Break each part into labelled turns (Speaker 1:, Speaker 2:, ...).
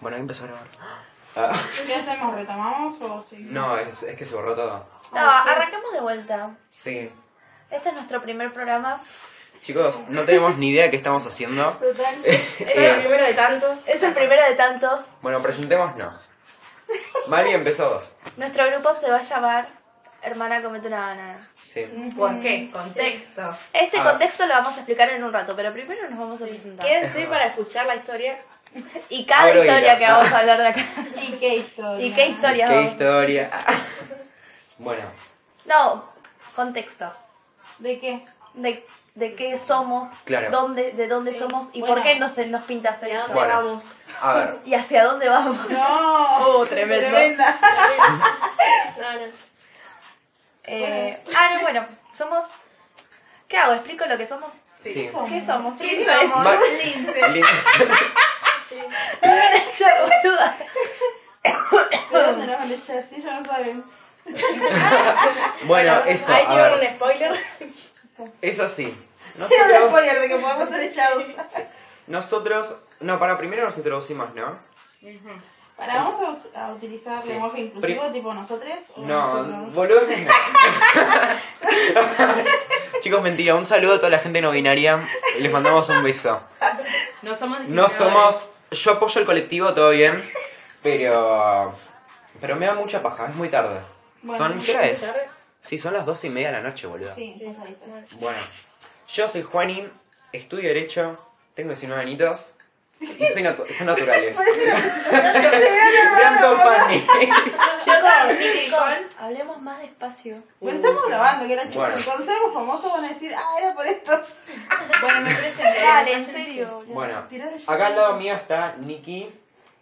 Speaker 1: Bueno, ahí empezó a grabar.
Speaker 2: ¿Qué hacemos? ¿Retomamos o seguimos?
Speaker 1: Ah, No, es, es que se borró todo.
Speaker 3: No, arranquemos de vuelta.
Speaker 1: Sí.
Speaker 3: Este es nuestro primer programa.
Speaker 1: Chicos, no tenemos ni idea de qué estamos haciendo.
Speaker 2: Es
Speaker 1: Eh,
Speaker 2: el primero de tantos.
Speaker 3: Es el primero de tantos.
Speaker 1: Bueno, presentémonos. Mari, empezó vos.
Speaker 3: Nuestro grupo se va a llamar Hermana Comete una Banana.
Speaker 1: Sí.
Speaker 2: Mm.
Speaker 4: ¿Por qué? Contexto.
Speaker 3: Este
Speaker 1: Ah.
Speaker 3: contexto lo vamos a explicar en un rato, pero primero nos vamos a presentar.
Speaker 4: Quédense para escuchar la historia.
Speaker 3: Y cada
Speaker 1: Abro
Speaker 3: historia
Speaker 1: hilo.
Speaker 3: que vamos a hablar de acá.
Speaker 4: ¿Y qué historia?
Speaker 3: ¿Y qué historia?
Speaker 1: Qué
Speaker 3: vamos?
Speaker 1: historia. Bueno,
Speaker 3: No, contexto.
Speaker 4: ¿De qué?
Speaker 3: De, de qué somos,
Speaker 1: Claro.
Speaker 3: dónde, de dónde
Speaker 4: Sí.
Speaker 3: somos y
Speaker 4: Bueno.
Speaker 3: por qué nos, nos pinta hacer esto.
Speaker 1: Bueno. a ver.
Speaker 3: Y hacia dónde vamos.
Speaker 2: No.
Speaker 3: Oh, tremendo.
Speaker 4: No, no.
Speaker 3: Eh, ah, no, bueno, somos... ¿Qué hago? ¿Explico lo que somos?
Speaker 1: Sí.
Speaker 3: ¿Qué somos?
Speaker 2: ¿Qué
Speaker 3: Eso es.
Speaker 2: somos?
Speaker 1: Ma- Lin-
Speaker 3: Ya, boluda.
Speaker 2: ¿De dónde nos van a echar? Si ellos no saben.
Speaker 1: Bueno, eso,
Speaker 4: Ahí
Speaker 1: a
Speaker 4: tiene
Speaker 1: ver.
Speaker 4: un spoiler.
Speaker 1: Eso sí.
Speaker 2: Quiero un
Speaker 1: Nosotros,
Speaker 2: spoiler de que podemos ser echados.
Speaker 1: nosotros, no, para primero nos introducimos, ¿no?
Speaker 2: Para, ¿vamos a, a utilizar
Speaker 1: Sí.
Speaker 2: lenguaje inclusivo
Speaker 1: Pri-
Speaker 2: tipo nosotros? o
Speaker 1: No,
Speaker 2: nosotros?
Speaker 1: boludeces no. Chicos, mentira. Un saludo a toda la gente no binaria. y Les mandamos un beso.
Speaker 4: No somos
Speaker 1: No somos. Yo apoyo el colectivo, todo bien. Pero. Pero me da mucha paja, es muy tarde.
Speaker 2: Bueno,
Speaker 1: son, ¿Qué hora es? Sí, son las dos y media de la noche, boludo.
Speaker 2: Sí, pues pasadita.
Speaker 1: Bueno, yo soy Juani, estudio Derecho, tengo 19 añitos y soy, natu- son naturales. Gran Fanny.
Speaker 3: Chicos, hablemos más despacio.
Speaker 2: Bueno, estamos grabando, que la
Speaker 1: Uh, Bueno.
Speaker 2: chicos. Cuando seamos famosos van a decir, ah, era por esto.
Speaker 4: Bueno, me presenté.
Speaker 3: Dale, en serio.
Speaker 1: Bueno,
Speaker 2: Tirar el-
Speaker 1: acá al lado mío está Nikki.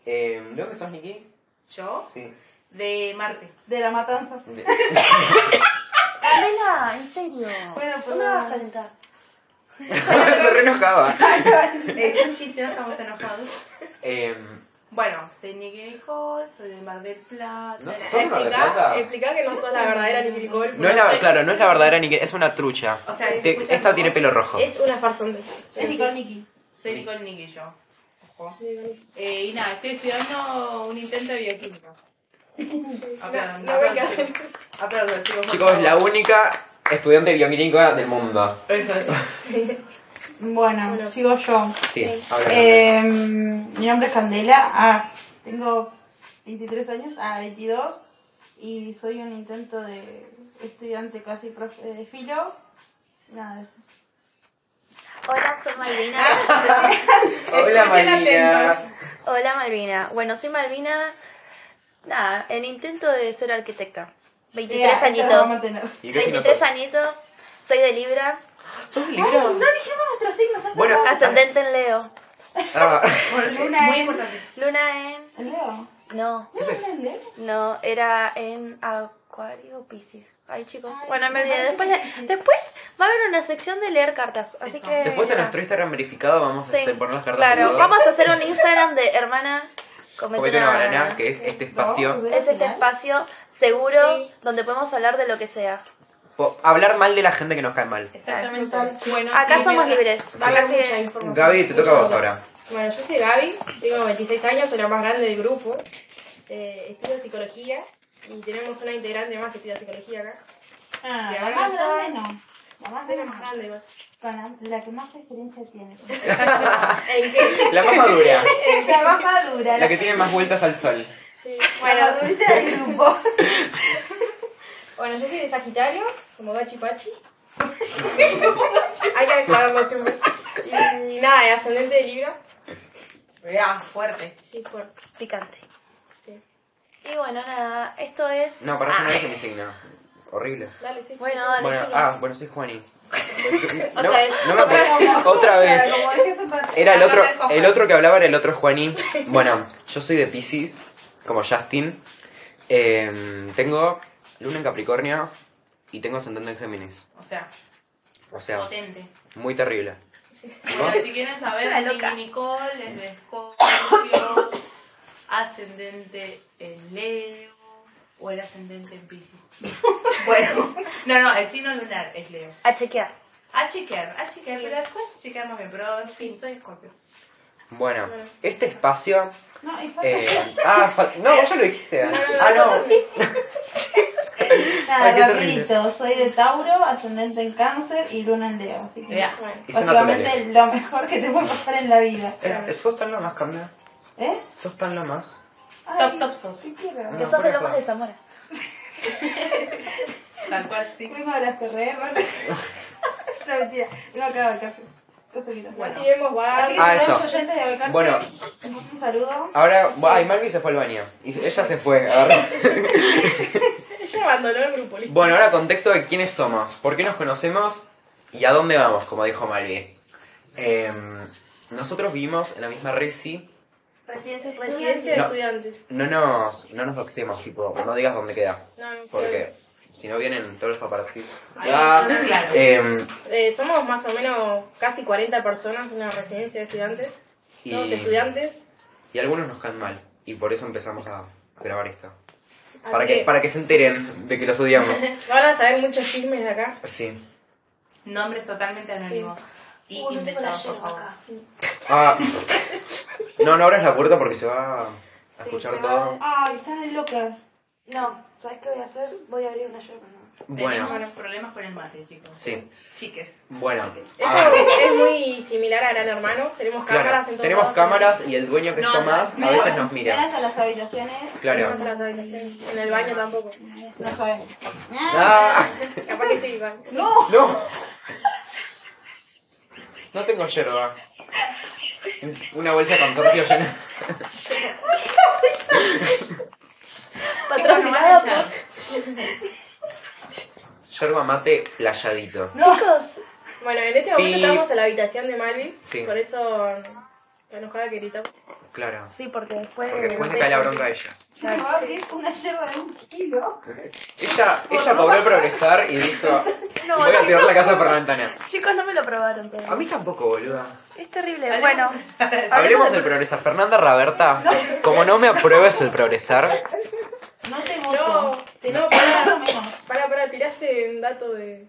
Speaker 1: Eh, ¿De dónde sos, Nikki?
Speaker 4: Yo,
Speaker 1: Sí.
Speaker 4: de Marte.
Speaker 2: De la matanza.
Speaker 1: de-
Speaker 3: Pamela, en serio.
Speaker 2: Bueno,
Speaker 3: No
Speaker 2: perdón.
Speaker 3: me vas a calentar.
Speaker 1: Se re enojaba.
Speaker 4: Es un chiste, no estamos enojados.
Speaker 1: Em,
Speaker 4: Bueno, soy Nicky Nicole, soy de Mar del Plata.
Speaker 1: No, ¿sos de Mar del Plata?
Speaker 4: Explica que no sos la verdadera Nicky Nicole.
Speaker 1: no es la, claro, no es la verdadera Nikki, es una trucha.
Speaker 4: O sea,
Speaker 1: Te- Eh, esta tiene pelo rojo.
Speaker 5: Es una farsante.
Speaker 2: Es Nicole Nicky.
Speaker 4: Soy Nicole Nicky yo. Ojo. Eh, y nada, estoy estudiando un intento de bioquímica. Aplaudan,
Speaker 5: No, no me
Speaker 4: aplaudan, chicos. Aplaudan, chicos. por
Speaker 1: Chicos, es la
Speaker 4: favor.
Speaker 1: única estudiante de bioquímica del mundo.
Speaker 4: Eso, eso.
Speaker 2: Bueno, sigo yo.
Speaker 1: Sí, habla.
Speaker 2: Eh, mi nombre es Candela. Ah, tengo 23 años, ah, 22. Y soy un intento de estudiante casi profe de filo. Nada de eso.
Speaker 3: Hola, soy Malvina.
Speaker 1: Hola,
Speaker 4: estén
Speaker 1: Marina.
Speaker 4: atentos.
Speaker 3: Hola, Malvina. Bueno, soy Malvina. Nada, en intento de ser arquitecta. 23
Speaker 2: Eh, esto lo vamos a
Speaker 3: añitos.
Speaker 2: tener.
Speaker 1: ¿Y qué signo
Speaker 3: 23 añitos. Soy de Libra.
Speaker 1: ¿Sos
Speaker 2: Ay,
Speaker 1: Libra?
Speaker 2: no dijimos nuestros signos. ¿sabes?
Speaker 1: Bueno,
Speaker 3: Ascendente en Leo.
Speaker 1: ah,
Speaker 4: Por
Speaker 2: Luna
Speaker 4: Muy
Speaker 2: en-
Speaker 4: importante.
Speaker 3: Luna en.
Speaker 2: ¿El Leo?
Speaker 3: No,
Speaker 2: ¿No era
Speaker 1: este
Speaker 2: el Leo?
Speaker 3: no, era en Acuario Piscis. Ay, chicos.
Speaker 2: Ay,
Speaker 3: bueno, me
Speaker 2: me
Speaker 3: olvidé.
Speaker 2: parece
Speaker 3: Después,
Speaker 2: que
Speaker 3: la-
Speaker 2: Piscis.
Speaker 3: después va a haber una sección de leer cartas. Así
Speaker 4: Eso.
Speaker 3: que.
Speaker 1: después en
Speaker 3: nada.
Speaker 1: nuestro Instagram verificado vamos a
Speaker 3: Sí,
Speaker 1: este, poner las cartas.
Speaker 3: Claro, vamos a hacer un Instagram de hermana
Speaker 1: Comete una banana, que es este espacio.
Speaker 2: No,
Speaker 3: Es este espacio seguro
Speaker 4: Sí.
Speaker 3: donde podemos hablar de lo que sea.
Speaker 1: Po- hablar mal de la gente que nos cae mal.
Speaker 4: Exactamente.
Speaker 2: Total.
Speaker 4: Bueno,
Speaker 3: Acá
Speaker 4: sí,
Speaker 3: somos
Speaker 4: mira.
Speaker 3: libres.
Speaker 5: Va a haber
Speaker 3: así
Speaker 5: mucha
Speaker 3: que-
Speaker 5: información.
Speaker 1: Gaby, te toca a
Speaker 5: Mucha
Speaker 1: vos
Speaker 5: cosa.
Speaker 1: ahora.
Speaker 5: Bueno, yo soy Gaby, tengo 26 años, soy la más grande del grupo. Eh, estudio psicología y tenemos una integrante más que estudia psicología acá.
Speaker 2: Ah,
Speaker 5: De
Speaker 2: la
Speaker 5: ahora
Speaker 2: más
Speaker 5: está-
Speaker 2: grande no. La más
Speaker 5: Soy la
Speaker 2: grande.
Speaker 5: más grande igual.
Speaker 2: Con la, la que más experiencia tiene.
Speaker 5: ¿En qué?
Speaker 1: La más madura,
Speaker 2: la más madura.
Speaker 1: la que tiene más vueltas al sol.
Speaker 5: Sí.
Speaker 2: Bueno,
Speaker 5: Bueno,
Speaker 2: madurita del grupo.
Speaker 5: bueno, yo soy de Sagitario, como Gachi Pachi. Hay que aclararlo siempre. Y nada, de ascendente de Libra.
Speaker 4: Mirá, fuerte.
Speaker 5: Sí, fuerte.
Speaker 3: Picante.
Speaker 5: Sí.
Speaker 3: Y bueno, nada, esto es.
Speaker 1: No, para eso no dije mi signo. Horrible.
Speaker 5: Dale, sí. sí,
Speaker 3: Bueno,
Speaker 5: sí.
Speaker 3: dale.
Speaker 1: Bueno, ah, bueno, soy Juani. No, no
Speaker 5: vez.
Speaker 1: me acuerdo. Otra vez.
Speaker 2: Como dije hace un rato.
Speaker 1: Era el otro,
Speaker 4: Acá me
Speaker 1: el otro que hablaba era el otro Juaní. Bueno, yo soy de Pisces, como Justin. Em, tengo luna en Capricornio y tengo ascendente en Géminis.
Speaker 4: O sea,
Speaker 1: O sea,
Speaker 4: potente.
Speaker 1: muy terrible.
Speaker 4: Bueno, si quieren
Speaker 3: Una
Speaker 4: saber,
Speaker 3: loca.
Speaker 4: Nicky Nicole es de Escorpio, ascendente en Leo o el ascendente en Pisces. bueno, no, no, el signo lunar es Leo.
Speaker 3: A chequear.
Speaker 4: A chequear, a chequear, pero después chequear más bien, pero sí, soy Escorpio.
Speaker 1: Bueno, este espacio.
Speaker 2: No, y falta-
Speaker 1: eh, ah, fal- no, vos ya lo dijiste.
Speaker 5: No, no, no,
Speaker 1: ah, no.
Speaker 5: no, no.
Speaker 1: Ay, qué
Speaker 2: Nada,
Speaker 1: terrible.
Speaker 2: rapidito. Soy de Tauro, ascendente en Cáncer y luna en Leo. Así que,
Speaker 4: Vea.
Speaker 5: Bueno,
Speaker 1: Y son
Speaker 2: básicamente,
Speaker 1: naturales.
Speaker 2: lo mejor que te puede pasar en la vida.
Speaker 1: Eh, sos tan lo más, Candela.
Speaker 2: ¿Eh?
Speaker 1: Sos tan lo más.
Speaker 2: Ay,
Speaker 3: Top, top sos.
Speaker 2: ¿Qué quiero?
Speaker 1: No,
Speaker 3: Que sos de
Speaker 1: por acá.
Speaker 3: Lomas de Zamora.
Speaker 4: Tal cual, sí.
Speaker 2: Vengo de las terrenas. no, mentira. Vengo acá de Balcarce. Cosa que no.
Speaker 4: Bueno.
Speaker 5: tiremos bar.
Speaker 2: Así que
Speaker 1: Ah,
Speaker 2: si todos
Speaker 1: eso.
Speaker 2: los oyentes de Balcarce,
Speaker 1: Bueno.
Speaker 2: un saludo.
Speaker 1: Ahora, ay, Malvi se fue al baño. Y ella se fue. agarró. Ah.
Speaker 5: Ella abandonó el grupo, listo.
Speaker 1: Bueno, ahora contexto de quiénes somos, por qué nos conocemos y a dónde vamos, como dijo Malvi. Em, nosotros vivimos en la misma resi,
Speaker 3: Residencias
Speaker 5: Residencia de
Speaker 1: No.
Speaker 5: estudiantes.
Speaker 1: no nos, no nos boxemos, tipo, no digas dónde queda,
Speaker 5: No, no,
Speaker 1: porque si no vienen todos los paparazzi.
Speaker 4: Ay,
Speaker 1: Ah,
Speaker 4: claro.
Speaker 1: em,
Speaker 5: Eh, somos más o menos casi 40 personas en una residencia de estudiantes.
Speaker 1: y,
Speaker 5: Todos estudiantes.
Speaker 1: y algunos nos caen mal, y por eso empezamos a grabar esto.
Speaker 5: Así
Speaker 1: Para que, para que se enteren de que los odiamos.
Speaker 5: Van a saber muchos chismes de acá.
Speaker 1: Sí.
Speaker 4: Nombres totalmente anónimos. Y
Speaker 3: Uh, no tengo la
Speaker 4: inventados, por
Speaker 3: yerba
Speaker 4: favor.
Speaker 3: acá.
Speaker 1: Ah, no, no abras la puerta porque se va a escuchar
Speaker 3: se va
Speaker 1: todo.
Speaker 2: Ay, están en loca.
Speaker 3: No, ¿sabes qué voy a hacer? Voy a abrir una yerba. ¿no?
Speaker 1: Bueno,
Speaker 4: Tenemos problemas con el mate, chicos.
Speaker 1: sí.
Speaker 4: Chiques.
Speaker 1: Bueno,
Speaker 5: Esto
Speaker 1: a ver,
Speaker 5: es muy similar a Gran Hermano. Tenemos
Speaker 1: Ah. claro,
Speaker 5: cámaras en todos
Speaker 1: tenemos
Speaker 5: lados.
Speaker 1: cámaras y el dueño que
Speaker 4: No,
Speaker 1: está
Speaker 4: no,
Speaker 1: más a
Speaker 2: Menos-
Speaker 1: veces nos mira.
Speaker 2: menos a las habitaciones.
Speaker 1: Claro.
Speaker 5: Tenemos en las habitaciones. En el baño tampoco.
Speaker 2: No sabemos.
Speaker 1: Ah,
Speaker 5: Capaz que sí, igual.
Speaker 2: No.
Speaker 1: no. No tengo yerba. Una bolsa de consorcio llena.
Speaker 3: Patrocinado
Speaker 4: Chicos,
Speaker 3: por...
Speaker 1: Yerba mate playadito.
Speaker 3: Chicos,
Speaker 5: Bueno, en este momento
Speaker 1: Pi.
Speaker 5: estamos en la habitación de Malvi.
Speaker 1: Sí.
Speaker 5: Por eso está enojada que gritamos.
Speaker 1: Claro.
Speaker 3: Sí, porque después...
Speaker 1: Porque después le cae la bronca a ella.
Speaker 2: Se me va a abrir una yerba de un kilo.
Speaker 1: Ella, ella cobró progresar y dijo,
Speaker 3: No,
Speaker 1: voy a
Speaker 3: chicos,
Speaker 1: tirar la casa por la ventana.
Speaker 3: Chicos, no me lo probaron
Speaker 1: A
Speaker 3: todavía.
Speaker 1: mí tampoco, boluda.
Speaker 3: Es terrible. Bueno,
Speaker 1: Hablemos del progresar. Fernanda Raberta, como no me apruebes el progresar,
Speaker 2: No te
Speaker 5: No,
Speaker 2: voto.
Speaker 5: te
Speaker 2: Te
Speaker 5: no,
Speaker 2: lo
Speaker 5: para,
Speaker 2: juro, menos.
Speaker 5: para, para, tiraste un dato de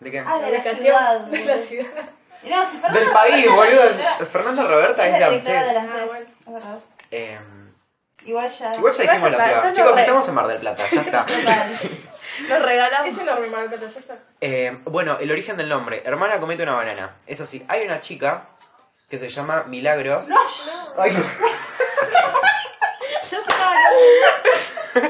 Speaker 1: ¿de qué?
Speaker 2: Ah, de la
Speaker 5: ubicación
Speaker 2: ciudad.
Speaker 5: de la ciudad.
Speaker 2: No, si Fernanda
Speaker 1: Del país,
Speaker 2: Roberta es la
Speaker 1: boludo.
Speaker 2: directora-
Speaker 1: Fernanda Roberta es de
Speaker 2: la directora de
Speaker 1: ANSES.
Speaker 2: la
Speaker 5: Ah,
Speaker 2: ANSES,
Speaker 5: bueno.
Speaker 2: es verdad.
Speaker 1: Eh,
Speaker 2: Igual
Speaker 1: igual
Speaker 2: ya.
Speaker 1: ya
Speaker 3: Igual
Speaker 1: dijimos
Speaker 3: ya
Speaker 1: la
Speaker 3: está, ya
Speaker 1: ciudad.
Speaker 3: no
Speaker 1: Chicos,
Speaker 3: re-
Speaker 1: estamos en Mar del Plata, ya está.
Speaker 2: Total.
Speaker 3: nos regalamos.
Speaker 5: Es enorme, Mar del Plata, ya está.
Speaker 1: Eh, bueno, el origen del nombre. Hermana comete una banana. Es así. Hay una chica que se llama Milagros.
Speaker 2: No,
Speaker 1: Ay,
Speaker 3: Yo tocaba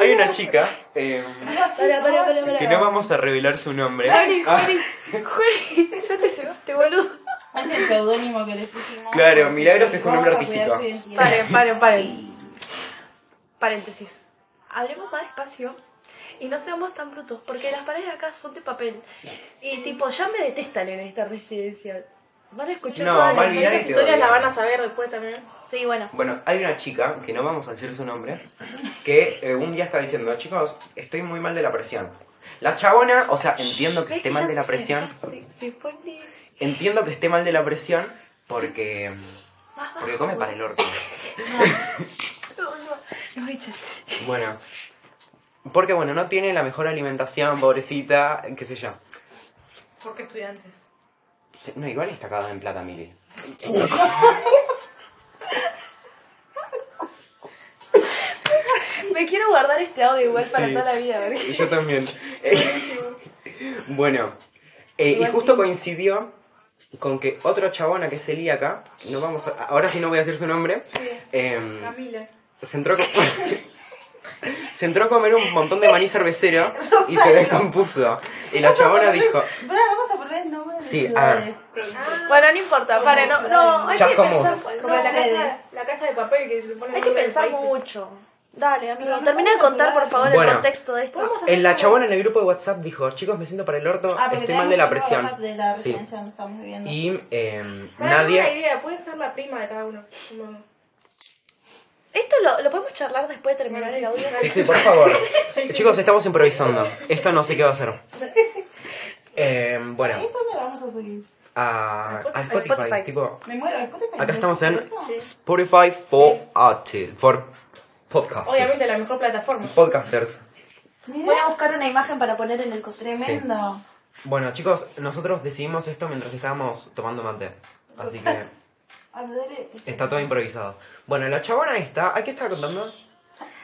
Speaker 1: hay una chica eh,
Speaker 3: Para, para, para, para.
Speaker 1: que no vamos a revelar su nombre.
Speaker 3: Juli,
Speaker 1: Ah,
Speaker 3: Juli, Juli, ya te cebaste, boludo.
Speaker 2: Es el seudónimo que le pusimos.
Speaker 1: Claro, Milagros es un
Speaker 2: Vamos
Speaker 1: nombre
Speaker 2: a cuidar tu
Speaker 1: artístico.
Speaker 2: identidad.
Speaker 3: Paren, paren, paren. Paréntesis. Hablemos más despacio y no seamos tan brutos, porque las paredes de acá son de papel. Y tipo, ya me detestan en esta residencia. Van a escuchar
Speaker 1: No,
Speaker 3: todas las
Speaker 1: Malvi, nadie
Speaker 5: Esas
Speaker 1: te
Speaker 5: historias
Speaker 1: odia.
Speaker 5: las van a saber después también.
Speaker 3: Sí, bueno.
Speaker 1: Bueno, hay una chica, que no vamos a decir su nombre, que eh, un día estaba diciendo, chicos, estoy muy mal de la presión. La chabona, o sea, entiendo que
Speaker 3: ¿Ves
Speaker 1: esté
Speaker 3: que
Speaker 1: mal
Speaker 3: ya
Speaker 1: de la
Speaker 3: se-
Speaker 1: presión.
Speaker 3: ya Se, se pone
Speaker 1: Entiendo que esté mal de la presión porque.
Speaker 3: más bajo.
Speaker 1: Porque come para el orto.
Speaker 3: No, no, no, echa.
Speaker 1: Bueno. Porque, bueno, no tiene la mejor alimentación, pobrecita, qué sé yo.
Speaker 4: Porque estudiantes.
Speaker 1: Se- No, igual está cagada en plata, Mili.
Speaker 3: Me quiero guardar este audio igual para
Speaker 1: Sí.
Speaker 3: toda la vida, ¿verdad?
Speaker 1: Y yo también. bueno. eh, y
Speaker 5: Igual
Speaker 1: justo
Speaker 5: sí.
Speaker 1: coincidió con que otra chabona que es celíaca, no vamos a- ahora sí no voy a decir su nombre, em,
Speaker 5: Camila.
Speaker 1: se entró, a co- se entró a comer un montón de maní cervecero y se descompuso. Y la chabona dijo,
Speaker 2: Pará, vamos a poner el nombre de Ah,
Speaker 1: Sí, ah,
Speaker 2: las ciudades.
Speaker 3: Bueno, no importa, para, no, no, hay que
Speaker 1: Chascomús.
Speaker 3: pensar,
Speaker 5: Como la casa,
Speaker 2: Mercedes.
Speaker 5: la casa de papel que se le pone
Speaker 3: hay
Speaker 5: en
Speaker 3: que
Speaker 5: todos los
Speaker 3: pensar
Speaker 5: países.
Speaker 3: mucho. Dale, amigo,
Speaker 2: Pero no
Speaker 3: termina de
Speaker 2: somos
Speaker 3: contar por
Speaker 2: naturales.
Speaker 3: favor
Speaker 1: Bueno.
Speaker 3: el contexto de esto.
Speaker 5: Podemos hacer
Speaker 1: en la
Speaker 5: como-
Speaker 1: chabona en el grupo de WhatsApp dijo, chicos, me siento para el orto,
Speaker 2: Ah, porque
Speaker 1: estoy mal de la presión.
Speaker 2: De la
Speaker 1: Sí.
Speaker 2: residencia donde estamos viviendo.
Speaker 1: Y em,
Speaker 5: Para, tengo una
Speaker 1: nadie...
Speaker 5: idea, puede ser la prima de cada uno. Como-
Speaker 3: Esto lo, lo podemos charlar después de terminar el
Speaker 5: Bueno, sí,
Speaker 3: audio.
Speaker 1: Sí, sí, por favor. Chicos, estamos improvisando. Esto no sé qué va a ser. Em,
Speaker 2: Ahí
Speaker 1: bueno,
Speaker 2: es donde la vamos a subir.
Speaker 1: a, a
Speaker 3: A
Speaker 1: Spotify,
Speaker 3: Spotify.
Speaker 1: tipo...
Speaker 2: Me muero, después te
Speaker 1: Acá estamos en
Speaker 2: ¿Eso?
Speaker 1: Spotify for Arti- for podcasts.
Speaker 5: Obviamente la mejor plataforma.
Speaker 1: Podcasters.
Speaker 3: Voy
Speaker 2: Mirá,
Speaker 3: a buscar una imagen para poner en el costreme.
Speaker 2: tremendo.
Speaker 1: Bueno, chicos, nosotros decidimos esto mientras estábamos tomando mate. Así que
Speaker 2: Ah, me duele.
Speaker 1: está todo improvisado. Bueno, la chabona está. ¿A qué estaba contando?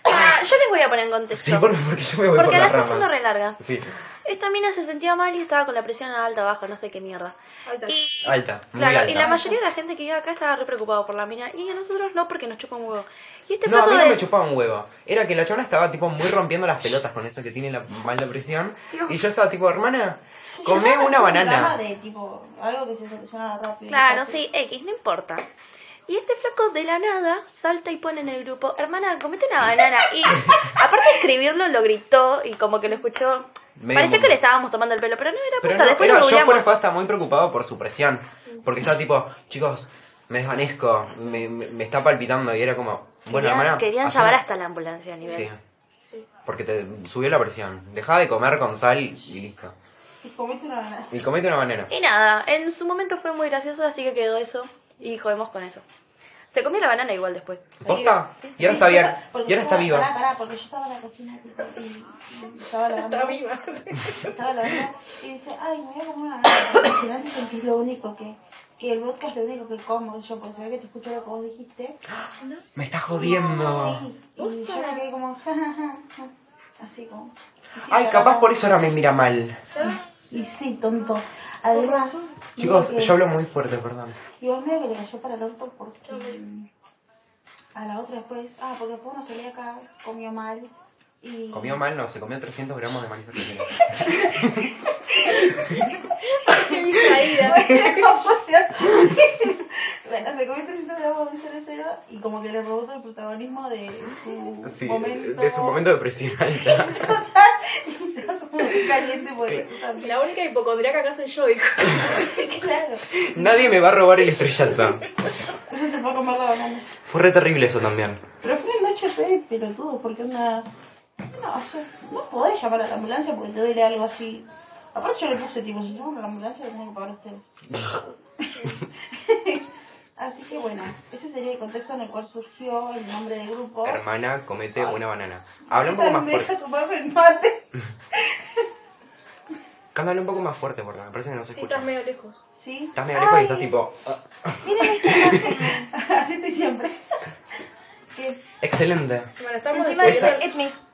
Speaker 3: Ah, yo les voy a poner en contexto.
Speaker 1: Sí, por- porque yo me voy
Speaker 3: porque
Speaker 1: por
Speaker 3: la
Speaker 1: la
Speaker 3: está haciendo
Speaker 1: rama.
Speaker 3: re larga.
Speaker 1: Sí,
Speaker 3: Esta mina se sentía mal y estaba con la presión alta, abajo, no sé qué mierda.
Speaker 5: Alta.
Speaker 3: Y,
Speaker 1: alta, muy
Speaker 3: claro,
Speaker 1: alta.
Speaker 3: y la mayoría de la gente que iba acá estaba re preocupado por la mina. Y a nosotros no, porque nos chupa un huevo. Y este
Speaker 1: No, a
Speaker 3: plato
Speaker 1: mí no
Speaker 3: de...
Speaker 1: me chupaba un huevo. Era que la chabona estaba tipo muy rompiendo las pelotas con eso que tiene la mala presión. Y yo estaba tipo, hermana, comé
Speaker 2: Yo sé que es
Speaker 1: una
Speaker 2: un drama
Speaker 1: banana.
Speaker 2: de tipo, algo que se soluciona rápido.
Speaker 3: Claro,
Speaker 2: Fácil.
Speaker 3: sí, X, no importa. Y este flaco de la nada salta y pone en el grupo, hermana, comete una banana. Y aparte de escribirlo, lo gritó y como que lo escuchó.
Speaker 1: Medio
Speaker 3: Parecía que
Speaker 1: mundo.
Speaker 3: le estábamos tomando el pelo, pero no era
Speaker 1: Pero
Speaker 3: posta.
Speaker 1: no,
Speaker 3: Después
Speaker 1: era-
Speaker 3: lo
Speaker 1: yo
Speaker 3: googleamos.
Speaker 1: fuera de joda estaba muy preocupado por su presión. Porque estaba tipo, chicos, me desvanezco, me, me- me está palpitando. Y era como, bueno,
Speaker 3: querían,
Speaker 1: hermana.
Speaker 3: querían
Speaker 1: hacé-
Speaker 3: llevar hasta la ambulancia a este nivel.
Speaker 1: Sí. Porque te subió la presión. Dejá de comer con sal y listo.
Speaker 2: Y comiste una banana.
Speaker 1: Y comete una banana.
Speaker 3: Y nada, en su momento fue muy gracioso, así que quedó eso. Y jodemos con eso. Se comió la banana igual después. así
Speaker 1: ¿Posta?
Speaker 3: que- sí,
Speaker 1: Y ahora
Speaker 2: Sí,
Speaker 1: está bien.
Speaker 2: pará,
Speaker 1: Y
Speaker 2: porque
Speaker 1: ahora
Speaker 2: yo
Speaker 1: está
Speaker 2: estaba-
Speaker 1: viva.
Speaker 2: Pará, pará, porque yo estaba en la cocina tipo, y, y estaba lavando.
Speaker 5: Está viva.
Speaker 2: Estaba lavando y dice, ay, me voy a comer una banana. Y dicen que es lo único que, que el vodka es lo único que como. Y yo pues se ve que te escuché lo que vos dijiste.
Speaker 1: Me está jodiendo.
Speaker 2: Sí. Y yo me quedé como, ja, ja, ja, ja. Así como. y sí,
Speaker 1: Ay,
Speaker 2: la
Speaker 1: capaz
Speaker 2: verdad-
Speaker 1: por eso ahora me mira mal.
Speaker 2: Y sí, tonto. Además.
Speaker 1: Chicos,
Speaker 2: medio que-
Speaker 1: yo hablo muy fuerte, perdón.
Speaker 2: Igual medio que le cayó para el orto porque. mm, A la otra después. Ah, porque después uno salía acá, comió mal. Y.
Speaker 1: Comió mal, no, se comió 300 gramos de maíz relleno.
Speaker 2: bueno, se comió 300 gramos de 0 y como que le robó todo el protagonismo de su
Speaker 1: Sí,
Speaker 2: momento.
Speaker 1: de su momento de presión alta.
Speaker 2: Muy caliente por eso también.
Speaker 5: La única hipocondríaca acá soy yo, dijo.
Speaker 2: claro.
Speaker 1: Nadie me va a robar el estrellato.
Speaker 2: Entonces se fue a comer la banana.
Speaker 1: Fue re terrible eso también.
Speaker 2: Pero fue una noche re pelotudo, porque una... No, o sea, no podés llamar a la ambulancia porque te duele algo así. Aparte yo le puse, tipo, si llaman a la ambulancia, lo tengo que pagar ustedes. así que bueno, ese sería el contexto en el cual surgió el nombre del grupo.
Speaker 1: Hermana, comete una banana. Habla un poco más
Speaker 2: Me
Speaker 1: fuerte.
Speaker 2: deja tomarme el mate.
Speaker 1: Cándale un poco más fuerte, porque me parece que no se
Speaker 5: Sí,
Speaker 1: escucha.
Speaker 5: estás medio lejos.
Speaker 2: ¿Sí?
Speaker 1: Estás medio lejos y
Speaker 2: Ay,
Speaker 1: estás tipo... ah.
Speaker 2: Miren esta imagen. así estoy siempre. Que
Speaker 1: Excelente.
Speaker 5: Bueno, estamos
Speaker 2: encima
Speaker 1: después-
Speaker 2: dice,
Speaker 5: descubriendo-
Speaker 2: "Eat me".